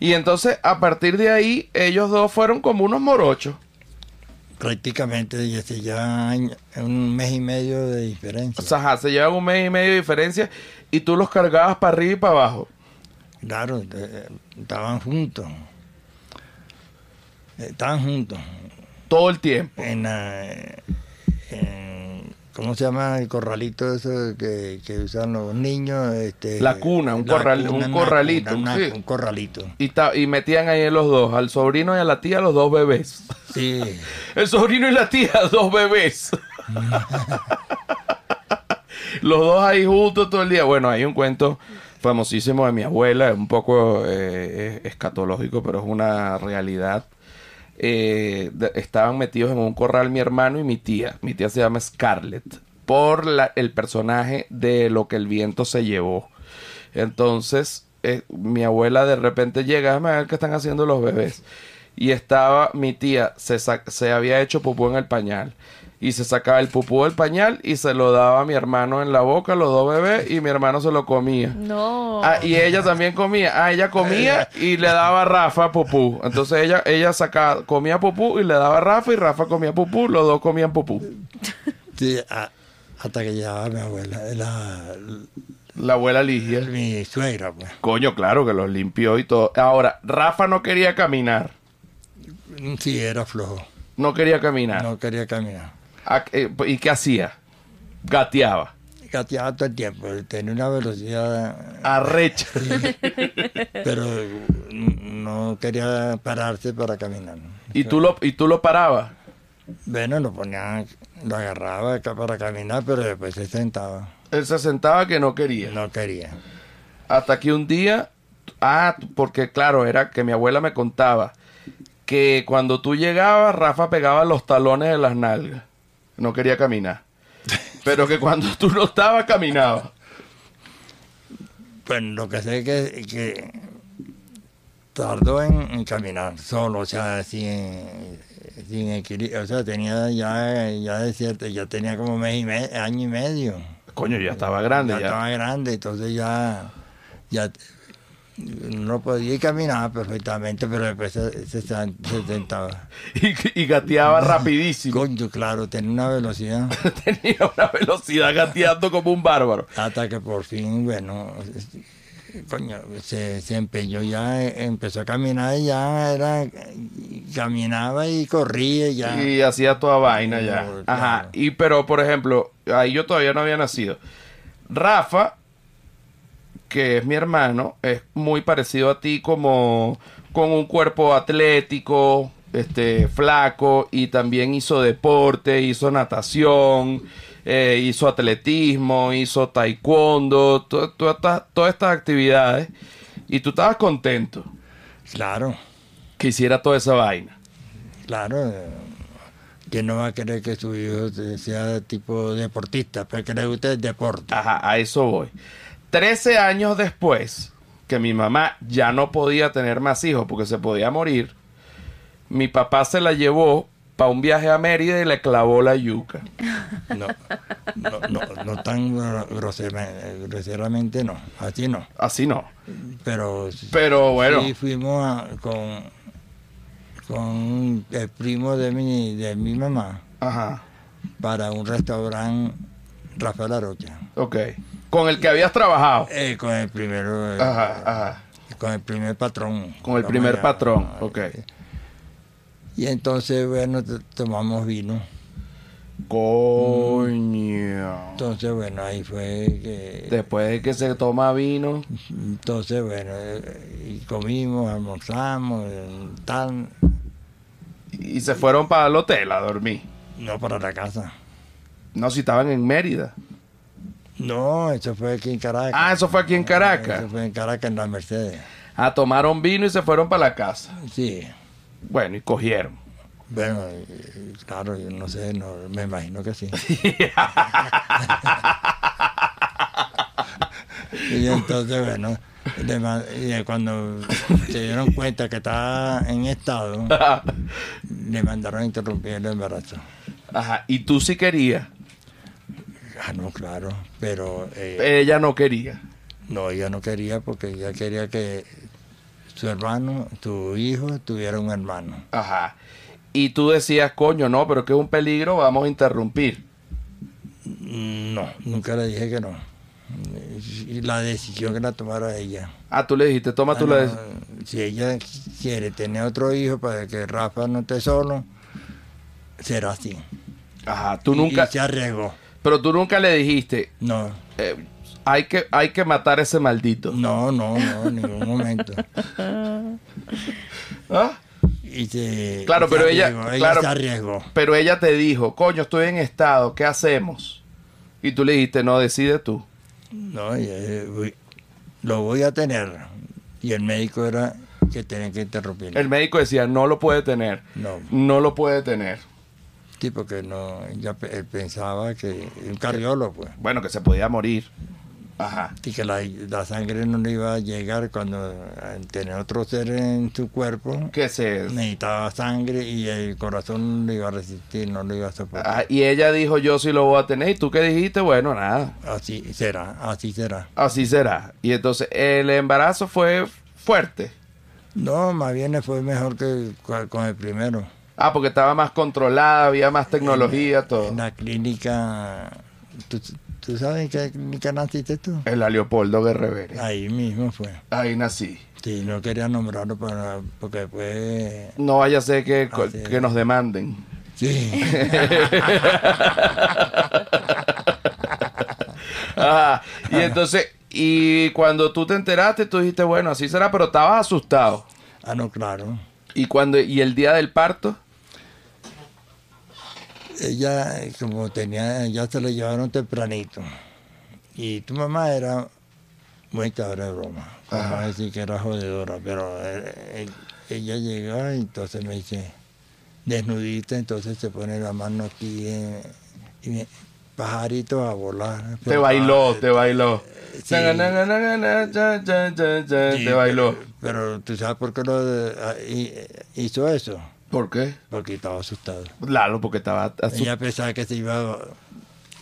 Speaker 1: Y entonces, a partir de ahí, ellos dos fueron como unos morochos.
Speaker 2: Prácticamente desde ya año- un mes y medio de diferencia.
Speaker 1: O sea, ajá, se llevan un mes y medio de diferencia y tú los cargabas para arriba y para abajo.
Speaker 2: Claro, eh, estaban juntos. Estaban juntos.
Speaker 1: Todo el tiempo.
Speaker 2: En, la- en- ¿Cómo se llama el corralito eso que, que usan los niños? Este,
Speaker 1: La cuna, un corral- un
Speaker 2: una
Speaker 1: corralito,
Speaker 2: cuna,
Speaker 1: sí.
Speaker 2: Un corralito.
Speaker 1: Y, ta- y metían ahí los dos, al sobrino y a la tía, los dos bebés.
Speaker 2: Sí.
Speaker 1: El sobrino y la tía, dos bebés. los dos ahí juntos todo el día. Bueno, hay un cuento famosísimo de mi abuela, es un poco eh, es- escatológico, pero es una realidad. Eh, de- estaban metidos en un corral mi hermano y mi tía. Mi tía se llama Scarlett, por la- el personaje de lo que el viento se llevó. Entonces, eh, mi abuela de repente llega, "Déjame ver qué están haciendo los bebés. Y estaba mi tía, se, sa- se había hecho pupú en el pañal. Y se sacaba el pupú del pañal y se lo daba a mi hermano en la boca, los dos bebés, y mi hermano se lo comía.
Speaker 4: No.
Speaker 1: Ah, y ella también comía. Ah, ella comía y le daba a Rafa pupú. Entonces ella, ella sacaba, comía pupú y le daba a Rafa y Rafa comía pupú, los dos comían pupú.
Speaker 2: Sí, a- hasta que llegaba mi abuela, la-
Speaker 1: La abuela Ligia.
Speaker 2: mi suegra, pues.
Speaker 1: Coño, claro que los limpió y todo. Ahora, Rafa no quería caminar.
Speaker 2: Sí, era flojo,
Speaker 1: No quería caminar.
Speaker 2: no quería caminar.
Speaker 1: ¿A- eh, ¿Y qué hacía? Gateaba.
Speaker 2: Gateaba todo el tiempo, tenía una velocidad,
Speaker 1: Arrecha.
Speaker 2: pero no quería pararse para caminar.
Speaker 1: Y tú lo, y tú lo parabas.
Speaker 2: Bueno, lo ponía, lo agarraba acá para caminar, pero después se sentaba.
Speaker 1: Él se sentaba que no quería.
Speaker 2: No quería.
Speaker 1: Hasta que un día, ah, porque claro, era que mi abuela me contaba que cuando tú llegabas, Rafa pegaba los talones de las nalgas. No quería caminar. Pero que cuando tú no estabas, caminaba.
Speaker 2: Pues lo que sé que, que tardó en, en caminar solo, o sea, sin, sin equilibrio. O sea, tenía ya, ya de cierto, ya tenía como mes y me- año y medio.
Speaker 1: Coño, ya estaba grande.
Speaker 2: ya
Speaker 1: Ya
Speaker 2: estaba grande, entonces ya, ya No podía y caminaba perfectamente, pero después se, se, se sentaba.
Speaker 1: Y, y gateaba rapidísimo.
Speaker 2: Coño, claro, tenía una velocidad.
Speaker 1: Tenía una velocidad gateando como un bárbaro.
Speaker 2: Hasta que por fin, bueno, coño, se, se empeñó ya, eh, empezó a caminar y ya era, caminaba y corría y ya.
Speaker 1: Y hacía toda vaina ya.
Speaker 2: Claro.
Speaker 1: Ajá. Y pero, por ejemplo, ahí yo todavía no había nacido. Rafa, que es mi hermano, es muy parecido a ti como con un cuerpo atlético, este, flaco, y también hizo deporte, hizo natación, eh, hizo atletismo, hizo taekwondo, to- to- ta- todas estas actividades. Y tú estabas contento
Speaker 2: Claro,
Speaker 1: que hiciera toda esa vaina.
Speaker 2: claro. eh, ¿Quién no va a querer que su hijo se- sea tipo deportista? Pero que le guste el deporte.
Speaker 1: Ajá, a eso voy. 13 años después, que mi mamá ya no podía tener más hijos porque se podía morir, mi papá se la llevó para un viaje a Mérida y le clavó la yuca.
Speaker 2: No, no, no, no tan gro- grosera- groseramente, no, así no.
Speaker 1: Así no.
Speaker 2: Pero,
Speaker 1: Pero bueno,
Speaker 2: sí fuimos a- con, con el primo de mi, de mi mamá
Speaker 1: ajá,
Speaker 2: para un restaurante Rafael Arocha.
Speaker 1: ok. Con el que habías trabajado.
Speaker 2: Eh, con el primero, eh,
Speaker 1: Ajá, ajá.
Speaker 2: con el primer patrón.
Speaker 1: Con el
Speaker 2: Vamos
Speaker 1: primer
Speaker 2: allá.
Speaker 1: patrón, ok.
Speaker 2: Y entonces, bueno, t- tomamos vino.
Speaker 1: Coño.
Speaker 2: Entonces, bueno, ahí fue que...
Speaker 1: Después de que se toma vino,
Speaker 2: Entonces, bueno, eh, y comimos, almorzamos, eh, tal,
Speaker 1: y se fueron para el hotel a dormir.
Speaker 2: no para la casa.
Speaker 1: No, si estaban en Mérida.
Speaker 2: No, eso fue aquí en Caracas.
Speaker 1: Ah, eso fue aquí en Caracas.
Speaker 2: Eso fue en Caracas, en la Mercedes.
Speaker 1: Ah, tomaron vino y se fueron para la casa.
Speaker 2: Sí.
Speaker 1: Bueno, y cogieron.
Speaker 2: Bueno, eh, claro, yo no sé, no, me imagino que sí. y entonces, bueno, le ma- y, eh, cuando se dieron cuenta que estaba en estado, le mandaron a interrumpir el embarazo.
Speaker 1: Ajá, y tú sí querías.
Speaker 2: Ah, no, claro, pero eh,
Speaker 1: Ella no quería.
Speaker 2: no, ella no quería porque ella quería que su hermano, su hijo, tuviera un hermano.
Speaker 1: Ajá. Y tú decías, coño, no, pero que es un peligro, vamos a interrumpir.
Speaker 2: No, nunca le dije que no. Y la decisión que la tomara ella.
Speaker 1: Ah, tú le dijiste, toma tú
Speaker 2: Ah,
Speaker 1: la
Speaker 2: no,
Speaker 1: decisión.
Speaker 2: Si ella quiere tener otro hijo para que Rafa no esté solo, será así.
Speaker 1: Ajá, tú
Speaker 2: Y-
Speaker 1: nunca.
Speaker 2: y se arriesgó.
Speaker 1: Pero tú nunca le dijiste,
Speaker 2: No,
Speaker 1: eh, hay, que, hay que matar a ese maldito.
Speaker 2: no, no, no, en ningún momento.
Speaker 1: ¿Ah?
Speaker 2: Y se-
Speaker 1: Claro,
Speaker 2: se
Speaker 1: pero ella-
Speaker 2: arriesgó,
Speaker 1: claro.
Speaker 2: se arriesgó.
Speaker 1: Pero ella te dijo, coño, estoy en estado, ¿qué hacemos? Y tú le dijiste, no, decide tú.
Speaker 2: No, y, eh, voy- lo voy a tener. Y el médico era que tenía que interrumpir.
Speaker 1: El médico decía, no lo puede tener.
Speaker 2: No.
Speaker 1: No lo puede tener.
Speaker 2: Sí, porque no, ya pe- él pensaba que un cardiólogo, pues.
Speaker 1: Bueno, que se podía morir. Ajá.
Speaker 2: y que la, la sangre no le iba a llegar cuando al tener otro ser en su cuerpo
Speaker 1: Que se.
Speaker 2: necesitaba sangre y el corazón no le iba a resistir, no le iba a soportar.
Speaker 1: Ah, y ella dijo, yo sí lo voy a tener. ¿Y tú qué dijiste? Bueno, nada.
Speaker 2: Así será, así será.
Speaker 1: Así será. Y entonces el embarazo fue fuerte.
Speaker 2: No, más bien le fue mejor que cua- con el primero.
Speaker 1: Ah, porque estaba más controlada, había más tecnología, todo.
Speaker 2: En la clínica, ¿tú, tú sabes en qué clínica naciste tú?
Speaker 1: El la Leopoldo Guerrevere.
Speaker 2: Ahí mismo fue.
Speaker 1: Ahí nací.
Speaker 2: Sí, no quería nombrarlo para, porque después...
Speaker 1: No vaya a ser que,
Speaker 2: Ah, sí.
Speaker 1: que nos demanden.
Speaker 2: Sí,
Speaker 1: Ajá. y entonces, y cuando tú te enteraste, tú dijiste, bueno, así será, pero estabas asustado.
Speaker 2: ah, no, claro.
Speaker 1: Y cuando, y el día del parto,
Speaker 2: ella eh, como tenía, ya se la llevaron tempranito. Y tu mamá era muy cabra de broma. Vamos a decir que era jodedora, pero eh, eh, ella llegó y entonces me dice, desnudita, entonces se pone la mano aquí eh, y me- pajarito a volar.
Speaker 1: te bailó, te bailó.
Speaker 2: sí. ah, Sí,
Speaker 1: Te bailó.
Speaker 2: Pero, pero tú sabes por qué lo de- ah, hi- hizo eso,
Speaker 1: ¿Por qué?
Speaker 2: porque estaba asustado.
Speaker 1: Claro, porque estaba asu-
Speaker 2: Ella pensaba que se iba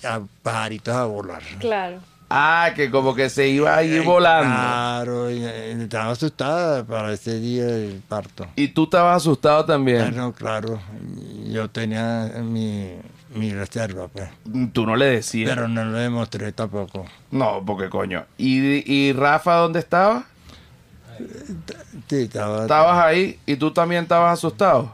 Speaker 2: a, a pajaritos a volar.
Speaker 4: Claro.
Speaker 1: Ah, que como que se iba a ir volando.
Speaker 2: Ah. Claro, y, eh, estaba asustada para ese día del parto.
Speaker 1: Y tú estabas asustado también.
Speaker 2: Claro, claro, yo tenía mi, mi reserva, pues.
Speaker 1: Tú no le decías.
Speaker 2: Pero no lo demostré tampoco.
Speaker 1: No, porque coño. ¿Y, y Rafa dónde estaba?
Speaker 2: Sí, estaba,
Speaker 1: Estabas ahí y tú también estabas asustado.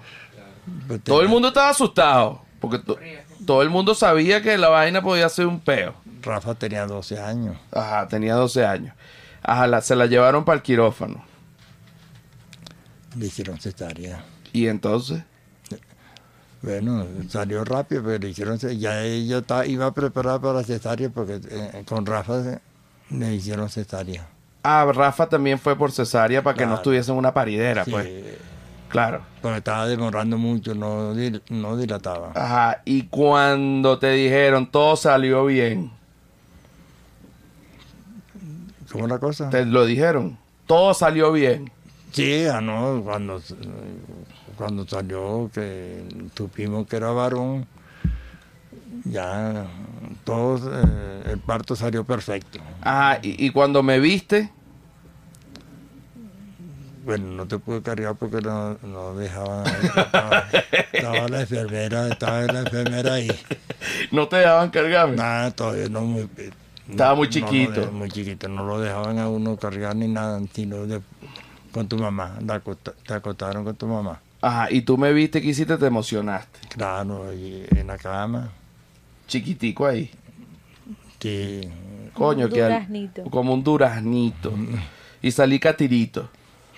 Speaker 2: pues,
Speaker 1: Todo el
Speaker 2: tenía-
Speaker 1: mundo estaba asustado. Porque to- todo el mundo sabía que la vaina podía ser un peo.
Speaker 2: Rafa tenía 12 años.
Speaker 1: Ajá, tenía 12 años. Ajá, la- se la llevaron para el quirófano.
Speaker 2: Le hicieron cesárea.
Speaker 1: Y entonces.
Speaker 2: Bueno, salió rápido, pero le hicieron ce- ya ella ta- iba preparada para cesárea porque eh, con Rafa se- le hicieron cesárea.
Speaker 1: Ah, Rafa también fue por cesárea para que no
Speaker 2: Claro.
Speaker 1: estuviesen en una paridera,
Speaker 2: Sí,
Speaker 1: pues. Claro.
Speaker 2: porque estaba demorando mucho, no, dil- no dilataba.
Speaker 1: Ajá, y cuando te dijeron todo salió bien,
Speaker 2: ¿Cómo la cosa?
Speaker 1: te lo dijeron, todo salió bien.
Speaker 2: Sí, ah, no, cuando, cuando salió que supimos que era varón, ya todos, eh, el parto salió perfecto.
Speaker 1: Ajá, y, y cuando me viste,
Speaker 2: Bueno, no te pude cargar porque no, no dejaba. Estaba, estaba la enfermera, estaba la enfermera ahí.
Speaker 1: no te dejaban cargarme.
Speaker 2: Nada, todavía no muy.
Speaker 1: Estaba muy
Speaker 2: no lo
Speaker 1: chiquito.
Speaker 2: de- muy chiquito, no lo dejaban a uno cargar ni nada, sino de- con tu mamá. la acosta- te acostaron con tu mamá.
Speaker 1: Ajá, y tú me viste, que hiciste? Te emocionaste.
Speaker 2: Claro, y en la cama.
Speaker 1: Chiquitico ahí.
Speaker 2: Sí,
Speaker 1: Coño, que al-
Speaker 4: duraznito.
Speaker 1: como un duraznito. Y salí catirito.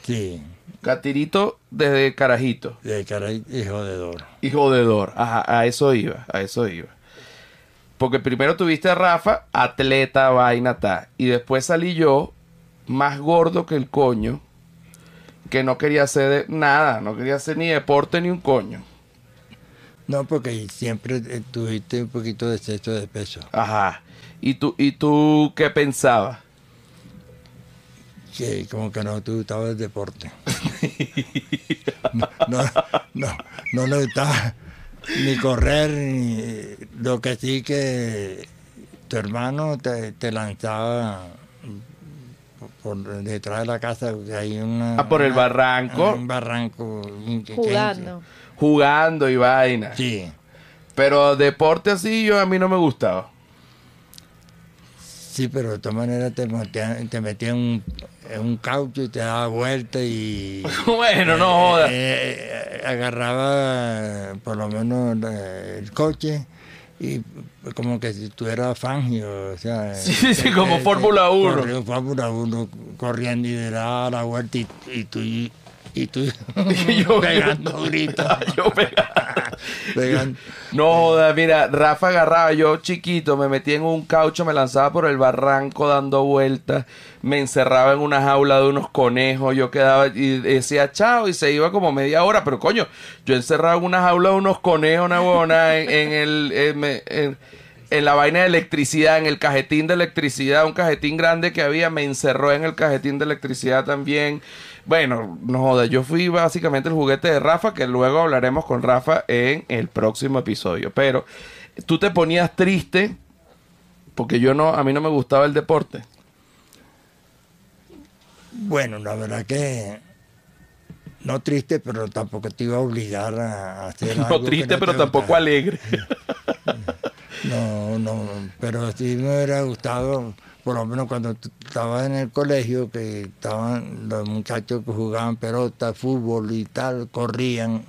Speaker 2: sí,
Speaker 1: Catirito desde carajito.
Speaker 2: de cara y y jodedor.
Speaker 1: Y jodedor. Ajá, a eso iba, a eso iba. Porque primero tuviste a Rafa, atleta, vaina, ta. Y después salí yo, más gordo que el coño, que no quería hacer de- nada, no quería hacer ni deporte ni un coño.
Speaker 2: No, porque siempre eh, tuviste un poquito de exceso de peso.
Speaker 1: Ajá. ¿Y tú, y tú qué pensabas?
Speaker 2: que como que no te gustaba el deporte. No, no, no, no le gustaba ni correr, ni lo que sí que tu hermano te, te lanzaba por detrás de la casa, que hay una...
Speaker 1: Ah, por el
Speaker 2: una-
Speaker 1: barranco.
Speaker 2: Un barranco. un- que- que-
Speaker 4: Jugando.
Speaker 1: Jugando y vaina.
Speaker 2: Sí,
Speaker 1: Pero deporte así yo a mí no me gustaba.
Speaker 2: sí, pero de todas maneras te metían, te metían un- en un caucho y te daba vuelta y...
Speaker 1: bueno, no
Speaker 2: Eh,
Speaker 1: jodas.
Speaker 2: eh, agarraba eh, por lo menos eh, el coche y eh, como que si estuviera Fangio, o sea... eh,
Speaker 1: Sí, sí, sí,
Speaker 2: eh,
Speaker 1: como
Speaker 2: eh,
Speaker 1: Fórmula Uno.
Speaker 2: corrió Fórmula 1 corriendo y le daba la vuelta y, y tú... Y, tú
Speaker 1: yo- Ah,
Speaker 2: pegando gritos.
Speaker 1: Yo pegaba.
Speaker 2: pegando.
Speaker 1: No joda, mira, Rafa agarraba, yo chiquito, me metía en un caucho, me lanzaba por el barranco dando vueltas, me encerraba en una jaula de unos conejos, yo quedaba y decía chao y se iba como media hora, pero coño, yo encerraba en una jaula de unos conejos, una huevona, en, en el... en- en- en la vaina de electricidad, en el cajetín de electricidad, un cajetín grande que había, me encerró en el cajetín de electricidad también. Bueno, no joda, yo fui básicamente el juguete de Rafa, que luego hablaremos con Rafa en el próximo episodio. Pero tú te ponías triste porque yo no, a mí no me gustaba el deporte.
Speaker 2: Bueno, la verdad que... No triste, pero tampoco te iba a obligar a a hacer algo
Speaker 1: No
Speaker 2: que
Speaker 1: triste,
Speaker 2: no
Speaker 1: pero
Speaker 2: te
Speaker 1: tampoco
Speaker 2: gustara.
Speaker 1: alegre.
Speaker 2: No, no, pero sí me hubiera gustado, por lo menos cuando t- estaba en el colegio, que estaban los muchachos que jugaban pelota, fútbol y tal, corrían,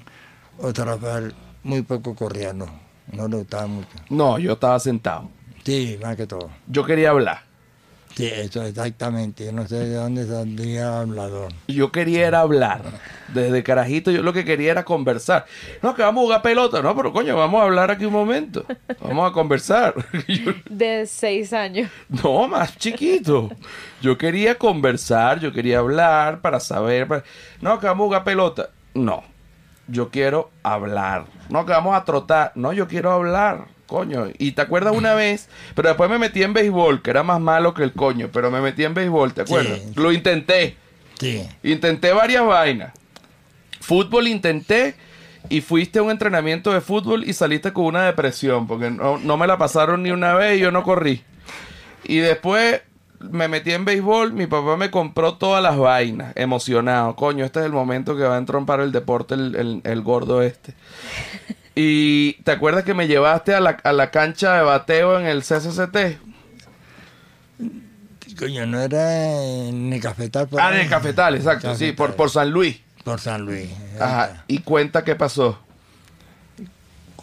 Speaker 2: otra vez muy poco corrían, no, no le gustaba mucho.
Speaker 1: No, yo estaba sentado.
Speaker 2: Sí, más que todo.
Speaker 1: Yo quería hablar.
Speaker 2: Sí, eso exactamente, yo no sé de dónde saldría hablador.
Speaker 1: Yo quería era hablar. Desde carajito yo lo que quería era conversar. No, que vamos a jugar pelota. No, pero coño, vamos a hablar aquí un momento. Vamos a conversar. Yo-
Speaker 4: De seis años.
Speaker 1: no, más chiquito. Yo quería conversar, yo quería hablar para saber. para- No, que vamos a jugar pelota. No, yo quiero hablar. No, que vamos a trotar. No, yo quiero hablar. Coño, y te acuerdas una vez, pero después me metí en béisbol, que era más malo que el coño, pero me metí en béisbol, ¿te acuerdas?
Speaker 2: Sí.
Speaker 1: Lo intenté.
Speaker 2: Sí,
Speaker 1: Intenté varias vainas. Fútbol intenté y fuiste a un entrenamiento de fútbol y saliste con una depresión porque no, no me la pasaron ni una vez y yo no corrí. Y después me metí en béisbol, mi papá me compró todas las vainas, emocionado. Coño, este es el momento que va a entrompar el deporte el, el- el gordo este. Y te acuerdas que me llevaste a la, a la cancha de bateo en el CCCT?
Speaker 2: Coño, no era en el Cafetal. por
Speaker 1: Ah,
Speaker 2: ahí.
Speaker 1: en el Cafetal, exacto, sí, por, por San Luis.
Speaker 2: Por San Luis.
Speaker 1: Ajá, y cuenta qué pasó.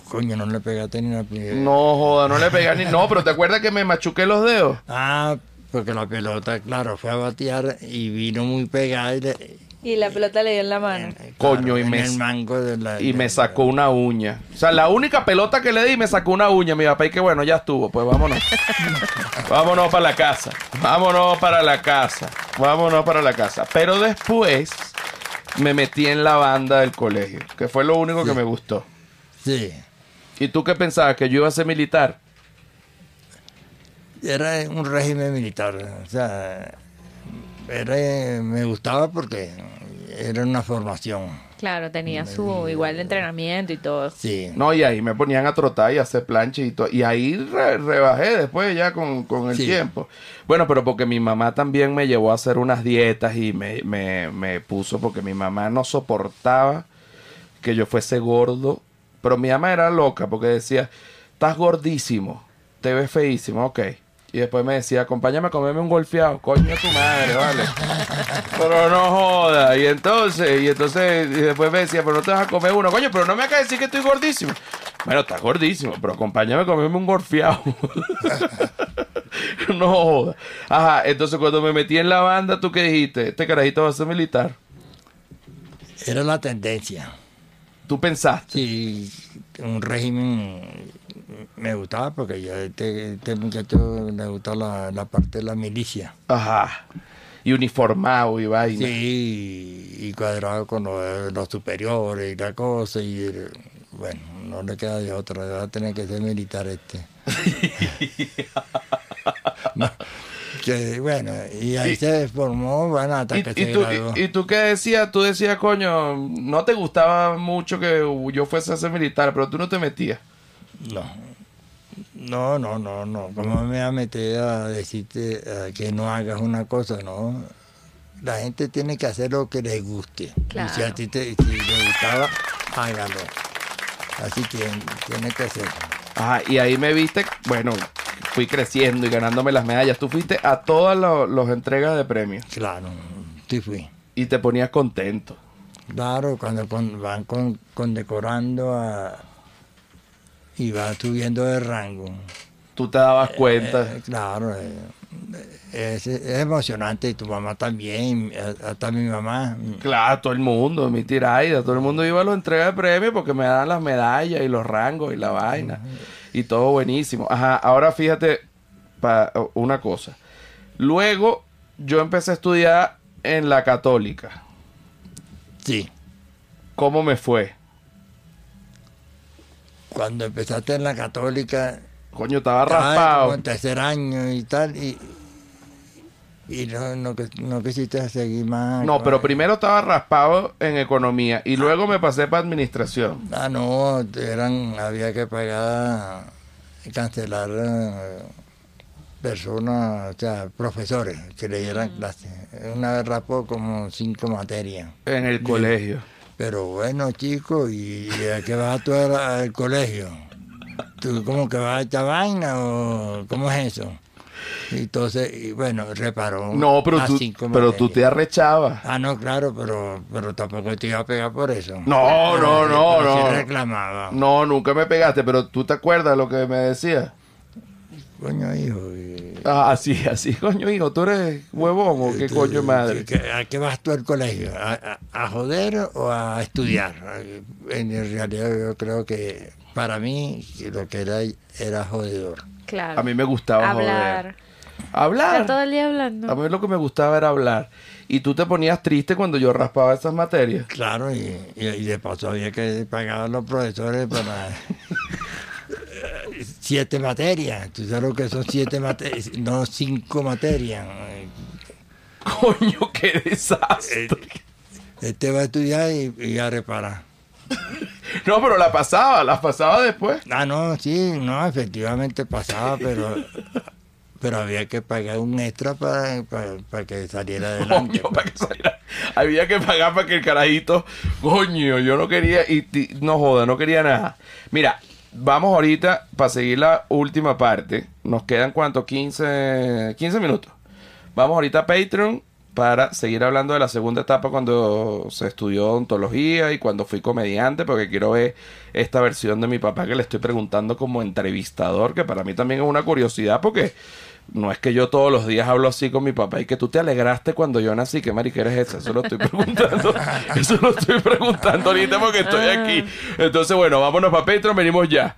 Speaker 2: Coño, no le pegaste ni una piedra.
Speaker 1: No, joda, no le pegué ni... No, pero ¿te acuerdas que me machuqué los dedos?
Speaker 2: Ah, porque la pelota, claro, fue a batear y vino muy pegada y le-
Speaker 4: Y la pelota le dio en la mano.
Speaker 1: Coño, y
Speaker 2: en
Speaker 1: me-
Speaker 2: el mango de la-
Speaker 1: Y
Speaker 2: de-
Speaker 1: me sacó una uña. O sea, la única pelota que le di me sacó una uña. Mi papá, y que bueno, ya estuvo. Pues vámonos. vámonos para la casa. Vámonos para la casa. Vámonos para la casa. Pero después me metí en la banda del colegio, que fue lo único que me gustó.
Speaker 2: Sí.
Speaker 1: ¿Y tú qué pensabas? ¿Que yo iba a ser militar?
Speaker 2: Era un régimen militar. O sea, era, me gustaba porque era una formación.
Speaker 4: Claro, tenía su igual de entrenamiento y todo.
Speaker 2: Sí.
Speaker 1: No, y ahí me ponían a trotar y a hacer plancha y todo. Y ahí re- rebajé después ya con, con el
Speaker 2: Sí.
Speaker 1: tiempo. Bueno, pero porque mi mamá también me llevó a hacer unas dietas y me, me, me puso porque mi mamá no soportaba que yo fuese gordo. Pero mi mamá era loca porque decía, estás gordísimo, te ves feísimo, ok. Y después me decía, acompáñame a comerme un golfeado. Coño tu madre, vale. pero no joda. Y entonces, y entonces, y después me decía, pero no te vas a comer uno. Coño, pero no me acabas de decir que estoy gordísimo. Bueno, estás gordísimo, pero acompáñame a comerme un golfeado. no joda. Ajá, entonces cuando me metí en la banda, ¿tú qué dijiste? Este carajito va a ser militar.
Speaker 2: Era la tendencia.
Speaker 1: ¿Tú pensaste?
Speaker 2: Sí, un régimen me gustaba porque yo, este, este muchacho le gustaba la, la parte de la milicia.
Speaker 1: Ajá. Y uniformado y vaina.
Speaker 2: Sí, y cuadrado con los, los superiores y la cosa. Y eh, bueno, no le queda de otra, va a tener que ser militar este. No, que, bueno, y ahí se formó, bueno, hasta
Speaker 1: ¿Y,
Speaker 2: que
Speaker 1: y
Speaker 2: se
Speaker 1: tú,
Speaker 2: graduó.
Speaker 1: y- y tú qué decías? Tú decías, coño, no te gustaba mucho que yo fuese a ser militar, pero tú no te metías.
Speaker 2: No. No, no, no, no. ¿Cómo me voy a meter a decirte eh, que no hagas una cosa? No. La gente tiene que hacer lo que les guste. Y si
Speaker 4: Claro.
Speaker 2: a ti te, si le gustaba, hágalo. Así que tiene que hacerlo.
Speaker 1: Ajá, y ahí me viste, bueno, fui creciendo y ganándome las medallas. Tú fuiste a todas lo- las entregas de premios
Speaker 2: Claro, sí fui.
Speaker 1: y te ponías contento.
Speaker 2: Claro, cuando con- van con- condecorando a, y van subiendo de rango.
Speaker 1: Tú te dabas cuenta.
Speaker 2: Eh, claro, eh, eh, es, es emocionante. Y tu mamá también, eh, hasta mi mamá.
Speaker 1: Claro, todo el mundo, mi tiraida, todo el mundo iba a los entregas de premios porque me dan las medallas y los rangos y la vaina. Y todo buenísimo. Ajá, ahora fíjate pa- una cosa. Luego yo empecé a estudiar en la católica.
Speaker 2: Sí.
Speaker 1: ¿Cómo me fue?
Speaker 2: cuando empezaste en la católica,
Speaker 1: Coño, estaba
Speaker 2: estabas
Speaker 1: raspado.
Speaker 2: como en tercer año y tal, y, y no, no, que- no quisiste seguir más.
Speaker 1: No,
Speaker 2: con-
Speaker 1: pero primero estaba raspado en economía y luego me pasé para administración.
Speaker 2: Ah, no, eran, había que pagar, cancelar eh, personas, o sea, profesores que le dieran clases. Una vez rapó como cinco materias.
Speaker 1: En el colegio.
Speaker 2: Pero bueno, chico, ¿y a qué vas tú al, al colegio? ¿Tú cómo que vas a esta vaina o cómo es eso? Y Entonces, y bueno, reparó.
Speaker 1: No, pero
Speaker 2: a
Speaker 1: tú,
Speaker 2: cinco
Speaker 1: pero tú
Speaker 2: materias.
Speaker 1: te arrechabas.
Speaker 2: Ah, no, claro, pero, pero tampoco te iba a pegar por eso.
Speaker 1: No, no, no,
Speaker 2: Pero sí
Speaker 1: no.
Speaker 2: reclamaba.
Speaker 1: No, nunca me pegaste, pero tú te acuerdas lo que me decías.
Speaker 2: Coño, hijo. y-
Speaker 1: Ah, así, así, coño, hijo, tú eres huevón o qué coño madre.
Speaker 2: ¿Qué- ¿A qué vas tú al colegio? ¿A, a- a joder o a estudiar? En realidad yo creo que para mí que lo que era era jodedor.
Speaker 4: Claro.
Speaker 1: A mí me gustaba
Speaker 4: hablar.
Speaker 1: joder. Hablar.
Speaker 4: Está todo el día
Speaker 1: A
Speaker 4: hablando.
Speaker 1: mí lo que me gustaba era hablar. Y tú te ponías triste cuando yo raspaba esas materias.
Speaker 2: Claro, y, y, y de paso había que pagar a los profesores para eh, siete materias. Tú sabes lo que son siete materias, no cinco materias.
Speaker 1: Coño, qué desastre.
Speaker 2: Eh, Este va a estudiar y, y a reparar.
Speaker 1: No, pero la pasaba, la pasaba después.
Speaker 2: Ah, no, sí, no, efectivamente pasaba, pero, pero había que pagar un extra para, para, para que saliera adelante.
Speaker 1: Coño, para que saliera. Había que pagar para que el carajito. Coño, yo no quería. Y ti- no joda, no quería nada. Mira, vamos ahorita para seguir la última parte. Nos quedan cuánto? 15, 15 minutos. Vamos ahorita a Patreon para seguir hablando de la segunda etapa cuando se estudió odontología y cuando fui comediante, porque quiero ver esta versión de mi papá que le estoy preguntando como entrevistador, que para mí también es una curiosidad porque no es que yo todos los días hablo así con mi papá y que tú te alegraste cuando yo nací, que mariquera es esa, eso lo estoy preguntando, eso lo estoy preguntando ahorita porque estoy aquí. Entonces, bueno, vámonos para Patreon, venimos ya.